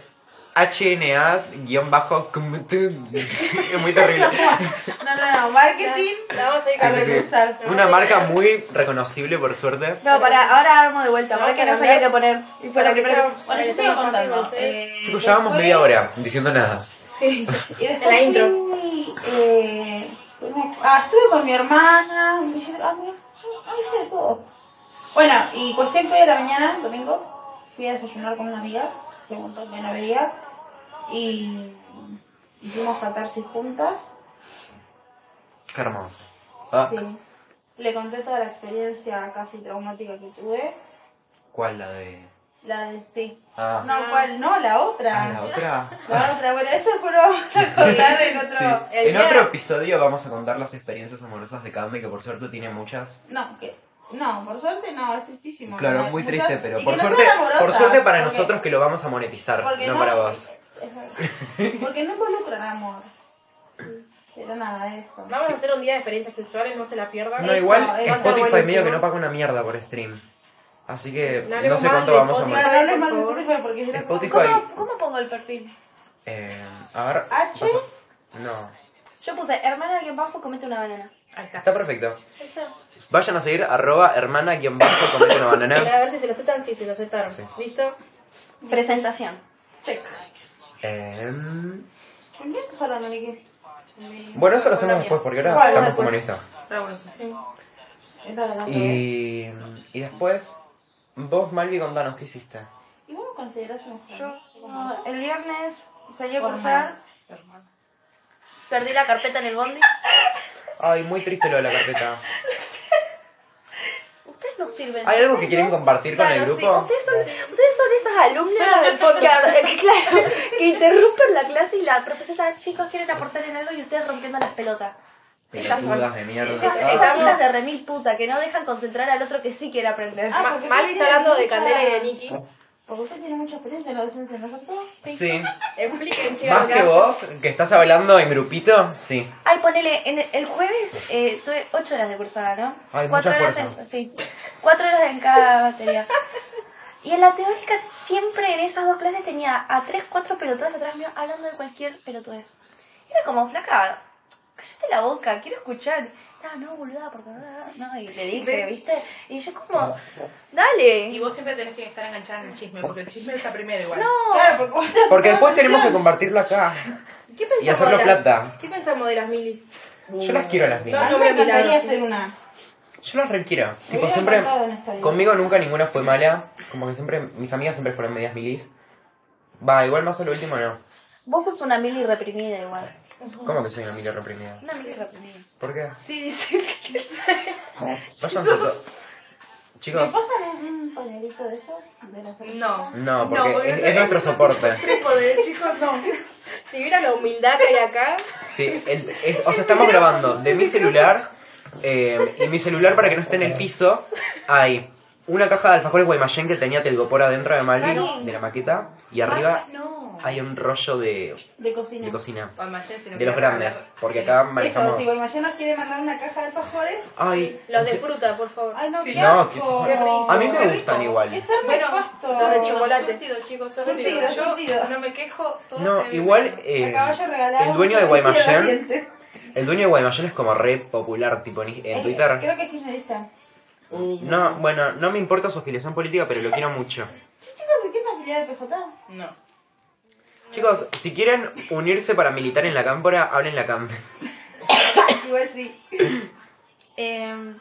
Speaker 1: HNA-community. Es muy terrible.
Speaker 2: No, no, no, marketing
Speaker 5: La vamos a ir
Speaker 1: Sí,
Speaker 2: a
Speaker 1: sí, sí.
Speaker 2: recursar.
Speaker 1: Una marca muy reconocible, por suerte.
Speaker 3: No, para, ahora armo de vuelta,
Speaker 5: Lo
Speaker 3: porque
Speaker 5: vamos a
Speaker 3: no sabía
Speaker 5: cambiar.
Speaker 3: qué poner. Y fue
Speaker 5: Para
Speaker 3: lo
Speaker 5: que
Speaker 3: primero
Speaker 5: sea-
Speaker 2: Bueno, yo
Speaker 3: que-
Speaker 5: Parece
Speaker 2: sigo
Speaker 5: más fácil
Speaker 2: contando.
Speaker 5: ustedes.
Speaker 2: Eh,
Speaker 1: Chicos, llevamos
Speaker 2: después-
Speaker 1: media hora diciendo nada.
Speaker 2: Y
Speaker 3: Sí.
Speaker 2: después
Speaker 5: En la intro.
Speaker 2: fui, eh, fuimos- ah, estuve con mi hermana, me llevé- ah, mi- ah, hice de todo. Bueno, y cuestión que hoy de la mañana, domingo, fui a desayunar con una amiga, hace un montón que no veía, y hicimos catarsis juntas.
Speaker 1: Qué hermoso. Ah,
Speaker 2: Sí. Le conté toda la experiencia casi traumática que tuve.
Speaker 1: ¿Cuál la de.?
Speaker 2: La de sí.
Speaker 1: Ah,
Speaker 2: No, ¿cuál? No, la otra.
Speaker 1: ah, la otra.
Speaker 2: La otra, bueno, esto después lo vamos a contar en otro.
Speaker 1: Sí.
Speaker 5: el
Speaker 1: En
Speaker 5: día-
Speaker 1: otro episodio vamos a contar las experiencias amorosas de Cami, que por suerte tiene muchas.
Speaker 2: No, que. No, por suerte no, es tristísimo.
Speaker 1: Claro,
Speaker 2: No,
Speaker 1: muy
Speaker 2: muchas-
Speaker 1: triste, pero
Speaker 2: y
Speaker 1: por
Speaker 2: que no
Speaker 1: suerte,
Speaker 2: sean amorosas,
Speaker 1: por suerte para
Speaker 2: porque-
Speaker 1: nosotros que lo vamos a monetizar,
Speaker 2: porque
Speaker 1: no para vos.
Speaker 2: Es verdad. Porque no involucran amor. Pero nada, eso.
Speaker 5: Vamos a hacer un día de experiencias sexuales, no se la pierdan.
Speaker 1: No,
Speaker 5: Eso,
Speaker 1: igual
Speaker 5: eso,
Speaker 1: Spotify
Speaker 5: buenísimo.
Speaker 1: medio que no paga una mierda por stream. Así que
Speaker 5: No
Speaker 1: no,
Speaker 5: hablemos
Speaker 1: sé
Speaker 5: más
Speaker 1: cuánto
Speaker 5: de
Speaker 1: vamos a
Speaker 5: Spotify.
Speaker 1: monetizar.
Speaker 2: Bueno, no les mando
Speaker 5: por favor.
Speaker 2: Spotify porque yo no-
Speaker 1: Spotify.
Speaker 3: ¿Cómo, cómo pongo el perfil?
Speaker 1: Eh, a ver.
Speaker 2: H.
Speaker 1: No.
Speaker 3: Yo puse, hermana alguien bajo comete una banana.
Speaker 4: Ahí está.
Speaker 1: Está perfecto.
Speaker 5: Ahí está.
Speaker 1: Vayan a seguir arroba hermana guión bajo comete una
Speaker 5: Mirá,
Speaker 1: banana.
Speaker 5: A ver si se lo aceptan, sí, se lo aceptaron.
Speaker 1: Sí.
Speaker 5: ¿Listo?
Speaker 3: Presentación.
Speaker 2: Check.
Speaker 1: Em,
Speaker 2: ¿Por qué estás hablando, Miki?
Speaker 1: bueno, eso lo hacemos
Speaker 5: Una
Speaker 1: después porque ahora
Speaker 2: Bueno,
Speaker 1: estamos
Speaker 5: después.
Speaker 1: como en esta.
Speaker 2: Es la de la otra.
Speaker 1: Y, y después, vos, Malvi, contanos qué hiciste.
Speaker 2: ¿Y vos me considerás mujer?
Speaker 3: Yo no, el viernes salí a
Speaker 2: Por
Speaker 3: cursar,
Speaker 2: mal.
Speaker 3: perdí la carpeta en el bondi.
Speaker 1: Ay, muy triste lo de la carpeta.
Speaker 3: Ustedes no sirven.
Speaker 1: ¿Hay algo que quieren compartir con el
Speaker 3: Claro, sí.
Speaker 1: grupo?
Speaker 3: Ustedes, son, ustedes son esas alumnas
Speaker 5: Son del podcast.
Speaker 3: que, ar- claro, que interrumpen la clase y la profesora está, chicos, quieren aportar en algo y ustedes rompiendo las pelotas. Esas son.
Speaker 1: Pelotudas de mierda.
Speaker 5: Esas-
Speaker 1: Ah.
Speaker 3: Esas hijas de remil puta que no dejan concentrar al otro que sí quiere aprender.
Speaker 2: Ah,
Speaker 5: Ma-
Speaker 2: porque
Speaker 5: Malvi
Speaker 2: tiene
Speaker 5: está hablando de
Speaker 2: mucha-
Speaker 5: Candela y de Niki.
Speaker 2: Porque usted tiene mucha experiencia en la docencia, ¿no es cierto?
Speaker 1: Sí.
Speaker 5: Expliquen, chicas.
Speaker 1: Más
Speaker 5: lo
Speaker 1: que
Speaker 5: hacen.
Speaker 1: vos, que estás hablando en grupito, sí.
Speaker 3: Ay, ponele, en el, el jueves eh, tuve 8 horas de cursada, ¿no?
Speaker 1: Ay,
Speaker 3: Cuatro
Speaker 1: mucha
Speaker 3: horas
Speaker 1: fuerza.
Speaker 3: en, Sí, 4 horas en cada batería. Y en la teórica siempre en esas dos clases tenía a 3, 4 pelotudas atrás mío hablando de cualquier pelotudez. Era como, flaca, cállate la boca, quiero escuchar. No, no, boluda, porque no, no, no, y le dije,
Speaker 4: ¿Ves?
Speaker 3: ¿viste? Y yo
Speaker 1: Ah.
Speaker 3: como, dale.
Speaker 4: Y vos siempre tenés que estar enganchada en el chisme, porque el chisme está primero igual.
Speaker 3: no,
Speaker 2: Claro, porque vos te-
Speaker 1: Porque después tenemos que compartirlo acá
Speaker 5: ¿Qué pensamos
Speaker 1: y hacerlo
Speaker 5: de las-
Speaker 1: plata.
Speaker 5: ¿Qué pensamos de las milis?
Speaker 1: Yo las quiero a las
Speaker 2: A
Speaker 1: mías.
Speaker 2: mí me encantaría hacer una.
Speaker 1: Yo las requiero.
Speaker 2: Me
Speaker 1: Tipo,
Speaker 2: hubiera
Speaker 1: siempre.
Speaker 2: encantado en esta vida.
Speaker 1: Conmigo nunca ninguna fue mala. Como que siempre. Mis amigas siempre fueron medias milis. Va, igual más a lo último no.
Speaker 3: vos sos una mili reprimida igual.
Speaker 1: ¿Cómo que soy una mili reprimida?
Speaker 3: Una mili reprimida.
Speaker 1: ¿Por qué?
Speaker 3: Sí, dice
Speaker 1: Vayan to-
Speaker 2: ¿Me
Speaker 1: Chicos,
Speaker 2: pasan un pañuelito de eso? De la cerveza?
Speaker 4: No.
Speaker 1: no,
Speaker 4: No,
Speaker 1: porque
Speaker 4: porque
Speaker 1: es,
Speaker 4: no
Speaker 1: es nuestro soporte.
Speaker 4: Poder, chicos, no.
Speaker 5: Si viera la humildad que hay acá,
Speaker 1: Sí, el- es- o sea, estamos grabando de mi celular. eh, y mi celular, para que no esté en el piso, hay una caja de alfajores Guaymallén que tenía telgopor adentro de Mali,
Speaker 3: Mari.
Speaker 1: de la maqueta. Y
Speaker 4: Ah,
Speaker 1: arriba
Speaker 4: No.
Speaker 1: hay un rollo de,
Speaker 2: De cocina.
Speaker 1: de cocina.
Speaker 4: Guaymallén, si no
Speaker 1: De los
Speaker 4: quiero
Speaker 1: grandes.
Speaker 4: hablar.
Speaker 1: Porque acá
Speaker 2: Eso,
Speaker 1: manejamos.
Speaker 2: si Guaymallén nos quiere mandar una caja de alfajores.
Speaker 1: Ay,
Speaker 5: los de
Speaker 1: en se-
Speaker 5: fruta, por favor.
Speaker 2: Ay, no,
Speaker 4: Sí.
Speaker 2: qué
Speaker 1: No,
Speaker 2: asco.
Speaker 1: que eso-
Speaker 5: Qué rico.
Speaker 1: A mí me
Speaker 4: Qué rico.
Speaker 1: gustan igual.
Speaker 2: Es ser
Speaker 4: Bueno,
Speaker 2: nefasto.
Speaker 5: son de chocolate.
Speaker 4: Surtido, chicos,
Speaker 2: Surtido,
Speaker 4: surtido. Yo
Speaker 2: surtido.
Speaker 4: no me quejo. todo se
Speaker 1: No,
Speaker 4: ve
Speaker 1: igual
Speaker 4: bien.
Speaker 1: eh,
Speaker 2: A caballo regalado.
Speaker 1: el dueño de
Speaker 2: Los
Speaker 1: Guaymallén.
Speaker 2: dientes.
Speaker 1: El dueño de Guaymallén es como re popular, tipo en, en
Speaker 2: Eh,
Speaker 1: Twitter.
Speaker 2: Creo que es kirchnerista.
Speaker 1: No, bueno, no me importa su afiliación política, pero lo quiero mucho.
Speaker 2: Sí, chicos, ¿y ¿qué es una afiliada de PJ?
Speaker 4: No.
Speaker 1: Chicos, si quieren unirse para militar en la cámpora, hablen la cámpora.
Speaker 2: Igual sí.
Speaker 3: Eh, Em,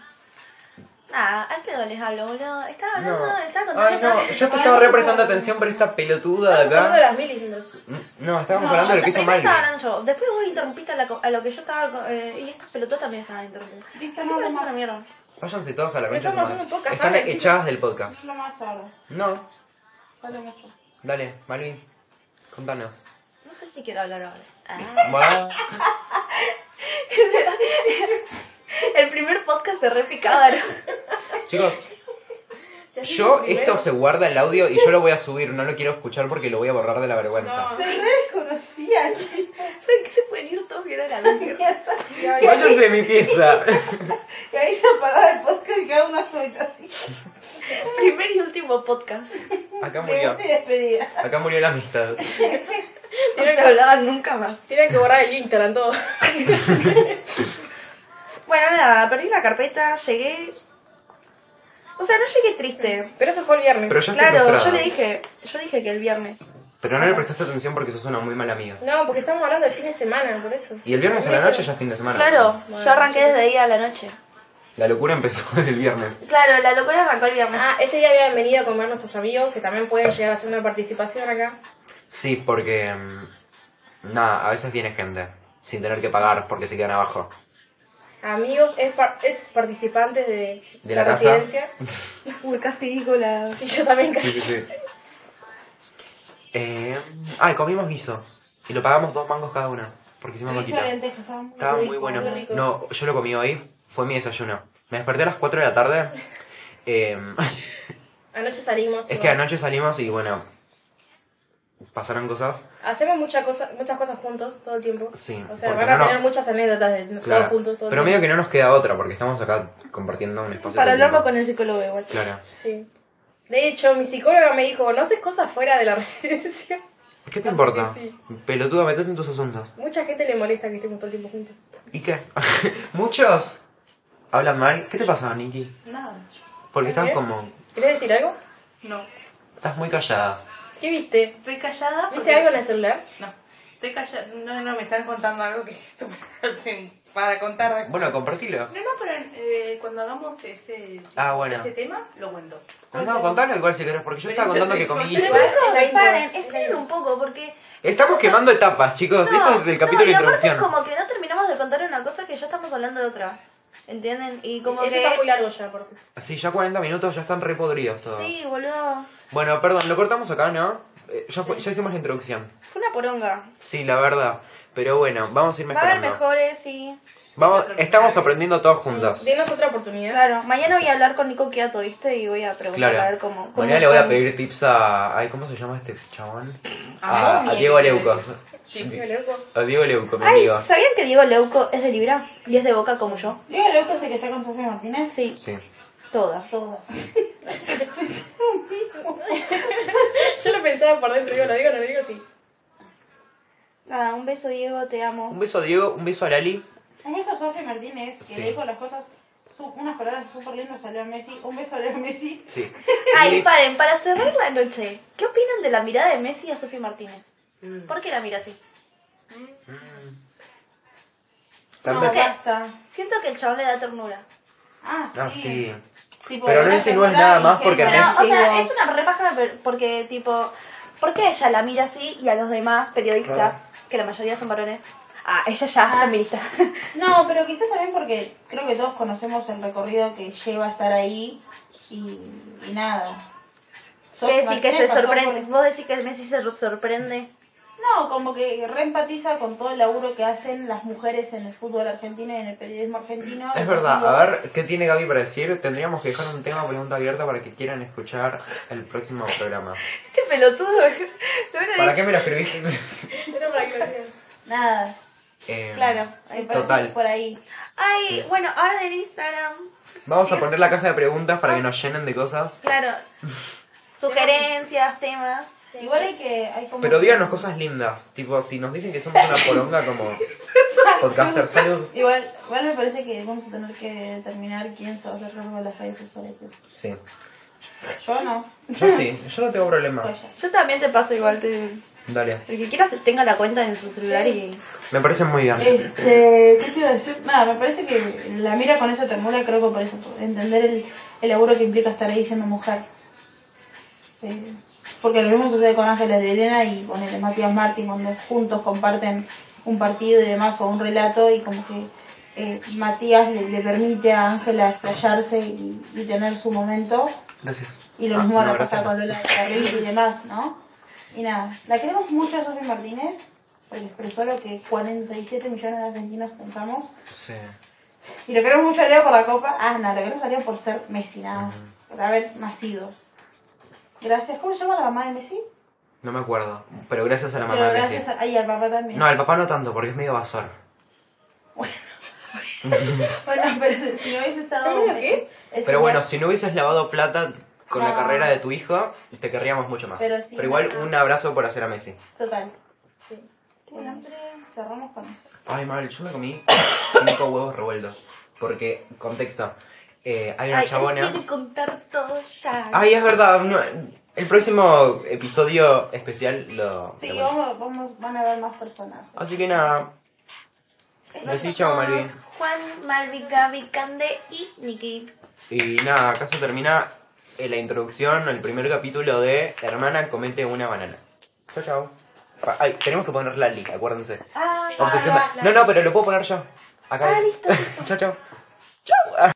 Speaker 3: Nada, al pedo les hablo, boludo. Estaba hablando, estaba contando.
Speaker 1: Ay, no, yo te estaba re prestando atención por esta pelotuda de
Speaker 5: Solo de
Speaker 1: acá.
Speaker 5: las milis, entonces.
Speaker 1: No, estábamos
Speaker 3: No,
Speaker 1: hablando de lo que hizo
Speaker 3: primero estaba
Speaker 1: Malvi.
Speaker 3: hablando yo. Después vos interrumpiste a, la co- a lo que yo estaba. eh, y estas pelotudas también estaban interrumpiendo.
Speaker 2: Listo,
Speaker 3: Así
Speaker 2: no
Speaker 3: que
Speaker 2: hablo
Speaker 3: es una
Speaker 2: más.
Speaker 3: mierda.
Speaker 1: Váyanse todos a la concha de su
Speaker 5: estamos
Speaker 1: madre.
Speaker 5: haciendo un podcast,
Speaker 1: Están
Speaker 5: hablen, chicos.
Speaker 1: echadas del podcast.
Speaker 2: Hablo más ahora.
Speaker 1: No,
Speaker 2: Hablo mucho.
Speaker 1: dale, Malvin, contanos.
Speaker 3: No sé si quiero hablar ahora. Ah.
Speaker 1: Va.
Speaker 3: El primer podcast se repicaron.
Speaker 1: Chicos,
Speaker 5: Si así
Speaker 1: yo
Speaker 5: primero-
Speaker 1: esto se guarda el audio y yo lo voy a subir, no lo quiero escuchar porque lo voy a borrar de la vergüenza.
Speaker 5: No,
Speaker 2: Se re desconocía,
Speaker 3: ¿Saben que se pueden ir todos bien a la mierda?
Speaker 5: ya, ya.
Speaker 1: Váyanse de mi pieza.
Speaker 2: Y ahí se apagaba el podcast y quedaba una habitación.
Speaker 3: Primer y último podcast.
Speaker 1: Acá
Speaker 2: De
Speaker 1: murió.
Speaker 2: gusta y despedida.
Speaker 1: Acá murió la amistad.
Speaker 3: No se hablaban nunca más.
Speaker 5: Tienen que borrar el Instagram todo.
Speaker 3: Bueno, nada, perdí la carpeta, llegué. O sea, no llegué triste.
Speaker 5: Pero eso fue el viernes.
Speaker 1: Pero yo estoy
Speaker 3: Claro,
Speaker 1: frustrado.
Speaker 3: yo le dije, yo dije que el viernes.
Speaker 1: Pero no le prestaste atención porque sos una muy mala amiga.
Speaker 5: No, porque estamos hablando del fin de semana, por eso.
Speaker 1: Y el viernes a la noche ya es fin de semana.
Speaker 3: Claro,
Speaker 5: Bueno,
Speaker 3: yo arranqué desde ahí a la noche.
Speaker 1: La locura empezó el viernes.
Speaker 3: Claro, la locura arrancó el viernes.
Speaker 5: Ah, ese día habían venido a comer nuestros amigos, que también pueden llegar a hacer una participación acá.
Speaker 1: Sí, porque... mm, Nada, a veces viene gente. Sin tener que pagar porque se quedan abajo.
Speaker 5: Amigos ex, par- ex participantes de,
Speaker 1: ¿De la casa?
Speaker 5: residencia.
Speaker 3: Uy, casi digo la.
Speaker 5: Sí, yo también
Speaker 1: Sí, sí, sí. Eh, ay, comimos guiso. Y lo pagamos dos mangos cada uno. Porque hicimos
Speaker 2: Hizo
Speaker 1: coquita.
Speaker 2: lentejas, estaba muy
Speaker 1: Estaba muy
Speaker 2: rico,
Speaker 1: bueno.
Speaker 2: muy
Speaker 5: rico.
Speaker 1: No, yo lo comí hoy. Fue mi desayuno. Me desperté a las 4 de la tarde. em,
Speaker 5: Anoche salimos.
Speaker 1: es que
Speaker 5: igual.
Speaker 1: anoche salimos y bueno. Pasaron cosas.
Speaker 5: Hacemos muchas cosas, muchas cosas juntos todo el tiempo.
Speaker 1: Sí,
Speaker 5: O sea,
Speaker 1: porque
Speaker 5: van a
Speaker 1: no, no.
Speaker 5: tener muchas anécdotas de
Speaker 1: Claro.
Speaker 5: todos juntos. Todo
Speaker 1: Pero
Speaker 5: el
Speaker 1: medio
Speaker 5: tiempo.
Speaker 1: que no nos queda otra porque estamos acá compartiendo un espacio.
Speaker 3: Para
Speaker 1: de
Speaker 3: hablarlo
Speaker 1: tiempo.
Speaker 3: con el psicólogo igual.
Speaker 1: Claro.
Speaker 5: Sí. De hecho, mi psicóloga me dijo, no haces cosas fuera de la residencia.
Speaker 1: ¿Qué
Speaker 5: Así
Speaker 1: te
Speaker 5: que
Speaker 1: importa?
Speaker 5: sí.
Speaker 1: Pelotudo, metete en tus asuntos.
Speaker 5: Mucha gente le molesta que estemos todo el tiempo juntos.
Speaker 1: ¿Y qué? Muchos hablan mal. ¿Qué te pasa, Nikki?
Speaker 4: Nada.
Speaker 1: Porque estás
Speaker 5: ¿Qué?
Speaker 1: como.
Speaker 5: ¿Querés decir algo?
Speaker 4: No.
Speaker 1: Estás muy callada.
Speaker 5: ¿Qué viste?
Speaker 4: Estoy callada. porque-
Speaker 5: ¿Viste algo en el celular?
Speaker 4: No. Estoy callada. No, no, me están contando algo que es súper hacen para contar.
Speaker 1: Bueno, compartilo.
Speaker 4: No, no, pero eh, cuando hagamos ese,
Speaker 1: Ah, bueno.
Speaker 4: ese tema, lo cuento.
Speaker 1: No, contalo igual si querés, porque yo estaba contando que comí guiso.
Speaker 5: Igual es la
Speaker 3: Chicos,
Speaker 5: intro,
Speaker 3: paren,
Speaker 5: es la
Speaker 3: esperen
Speaker 5: intro.
Speaker 3: un poco porque.
Speaker 1: Estamos quemando etapas, chicos. Esto es el capítulo
Speaker 3: no,
Speaker 1: de
Speaker 3: y aparte
Speaker 1: introducción.
Speaker 3: es como que no terminamos de contar una cosa que ya estamos hablando de otra. ¿Entienden? Y como
Speaker 5: Este
Speaker 3: que.
Speaker 5: está muy largo ya, por favor.
Speaker 1: Sí, ya 40 minutos ya están repodridos todos.
Speaker 3: Sí, boludo.
Speaker 1: Bueno, perdón, lo cortamos acá, ¿no? Eh, ya, fue- ya hicimos la introducción.
Speaker 3: Fue una poronga.
Speaker 1: Sí, la verdad. Pero bueno, vamos a ir
Speaker 3: Va a haber
Speaker 1: mejorando.
Speaker 3: mejores y.
Speaker 1: Vamos, estamos aprendiendo todos juntos.
Speaker 5: Denos otra oportunidad.
Speaker 3: Claro, mañana voy a hablar con Nico Kiato, ¿viste? Y voy a preguntar a
Speaker 1: Claro.
Speaker 3: ver cómo. cómo
Speaker 1: Mañana le voy a
Speaker 3: están.
Speaker 1: pedir tips a. Ay, ¿cómo se llama este chabón? A, a Diego Leuco.
Speaker 5: Qué loco.
Speaker 1: A Diego Leuco, mi
Speaker 3: Ay,
Speaker 1: amigo.
Speaker 3: ¿sabían que Diego Leuco es de Libra? Y es de Boca como yo.
Speaker 2: Digo, el auto ese que está con Sofía Martínez.
Speaker 3: Sí,
Speaker 1: Sí.
Speaker 3: toda.
Speaker 2: Todo.
Speaker 5: Yo lo pensaba por dentro, digo, lo digo, no lo digo, sí.
Speaker 3: Nada, un beso Diego, te
Speaker 1: Un
Speaker 3: amo.
Speaker 1: beso a Diego, un beso a Lali.
Speaker 2: Un beso a Sofía Martínez, que
Speaker 1: Sí.
Speaker 2: le dijo las cosas, su- unas palabras súper lindas a Leo Messi. Un beso a Leo Messi.
Speaker 1: Sí.
Speaker 3: Ay,
Speaker 1: Y-
Speaker 3: paren, para cerrar la noche, ¿qué opinan de la mirada de Messi a Sofía Martínez? ¿Por qué la mira así?
Speaker 1: Mm. Tanto-
Speaker 2: No,
Speaker 3: ¿Qué?
Speaker 2: basta.
Speaker 3: Siento que el chabón le da ternura.
Speaker 2: Ah, sí.
Speaker 1: Ah, sí.
Speaker 2: Tipo,
Speaker 1: Pero
Speaker 2: una
Speaker 1: Messi no es
Speaker 2: ternura
Speaker 1: nada más porque
Speaker 2: ingenua.
Speaker 3: Pero,
Speaker 1: Messi-
Speaker 3: o sea, es una repaja porque, tipo, ¿por qué ella la mira así y a los demás periodistas, que la mayoría son varones? Ah, ella ya es feminista.
Speaker 2: No, pero quizás también porque creo que todos conocemos el recorrido que lleva a estar ahí y, y nada. Sofi
Speaker 3: Quiere decir que
Speaker 2: Martínez
Speaker 3: se
Speaker 2: pasó por-
Speaker 3: sorprende. Vos decís que Messi se sorprende.
Speaker 2: No, como que reempatiza con todo el laburo que hacen las mujeres en el fútbol argentino y en el periodismo argentino.
Speaker 1: Es verdad, a ver, ¿qué tiene Gaby para decir? Tendríamos que dejar un tema o pregunta abierta para que quieran escuchar el próximo programa.
Speaker 3: Este pelotudo.
Speaker 1: ¿Para qué me lo escribiste?
Speaker 5: Era para que lo digan.
Speaker 2: Nada,
Speaker 1: Eh,
Speaker 2: claro. me parece
Speaker 1: Total.
Speaker 2: que Por ahí.
Speaker 3: Ay, bueno, ahora en Instagram,
Speaker 1: Vamos a poner la caja de preguntas para que nos llenen de cosas.
Speaker 3: claro. Sugerencias, temas.
Speaker 2: Igual hay que... Hay como
Speaker 1: Pero díganos cosas lindas. Tipo, si nos dicen que somos una poronga como podcaster salud.
Speaker 2: Igual, igual me parece que vamos a tener que determinar quién se va a hacer cargo de las redes sociales.
Speaker 1: Sí.
Speaker 2: Yo no.
Speaker 1: Yo sí, yo no tengo problema.
Speaker 2: Pues ya.
Speaker 3: Yo también te paso igual, te,
Speaker 1: Dale.
Speaker 3: El que quiera se tenga la cuenta en su celular y.
Speaker 1: Me parece muy bien.
Speaker 2: Este, ¿Qué te iba a decir? Nada, me parece que la mira con esa ternura, creo que por eso, por entender el, el laburo que implica estar ahí siendo mujer. Eh, porque lo mismo sucede con Ángeles de Elena y con el de Matías Martín, cuando juntos comparten un partido y demás o un relato, y como que eh, Matías le, le permite a Ángela explayarse y, y tener su momento,
Speaker 1: Gracias.
Speaker 2: y lo
Speaker 1: Ah,
Speaker 2: mismo
Speaker 1: no,
Speaker 2: la
Speaker 1: gracias,
Speaker 2: pasa con
Speaker 1: no.
Speaker 2: Lola de Carril y demás, ¿no? Y nada, la queremos mucho a Sofi Martínez, porque expresó lo que 47 millones de argentinos pensamos.
Speaker 1: Sí.
Speaker 2: Y lo queremos mucho a Leo por la copa. Ah, no, lo queremos a Leo por ser Messi, nada más.
Speaker 1: Ujú.
Speaker 2: Por haber nacido. Gracias. ¿Cómo se llama la mamá de Messi?
Speaker 1: No me acuerdo. Pero gracias a la mamá
Speaker 2: Pero
Speaker 1: de Messi.
Speaker 2: gracias a... y al papá también.
Speaker 1: No, al papá no tanto, porque es medio basor.
Speaker 2: Bueno, pero si no hubiese estado...
Speaker 5: ¿Pero qué?
Speaker 2: el
Speaker 1: Pero bueno,
Speaker 2: señor-
Speaker 1: si no hubieses lavado plata con la
Speaker 2: No.
Speaker 1: carrera de tu hijo, te querríamos mucho más.
Speaker 2: Pero sí,
Speaker 1: igual,
Speaker 2: no.
Speaker 1: un abrazo por hacer a Messi.
Speaker 2: Total.
Speaker 5: Sí.
Speaker 2: Bueno, Andrea, cerramos con eso.
Speaker 1: Ay, mal, yo me comí cinco huevos revueltos. Porque, contexto, eh, hay una
Speaker 3: Ay, él
Speaker 1: chabona...
Speaker 3: quiere contar todo ya.
Speaker 1: Ay, es verdad. no, el próximo episodio especial lo...
Speaker 2: Sí,
Speaker 1: lo-
Speaker 2: vamos, vamos, van a ver más personas.
Speaker 1: Así que nada. Decí chao, Malvin.
Speaker 3: Juan, Malvin, Gaby, Cande y Nikki.
Speaker 1: Y nada, acaso termina eh, la introducción, el primer capítulo de Hermana comete una banana. Chao, chao. Pa- Ay, tenemos que poner Lali, acuérdense.
Speaker 2: Ah,
Speaker 1: Obsesión-
Speaker 2: ah, la-
Speaker 1: No, no, pero lo puedo poner yo. Acá.
Speaker 2: Ah, listo,
Speaker 1: chao, chao.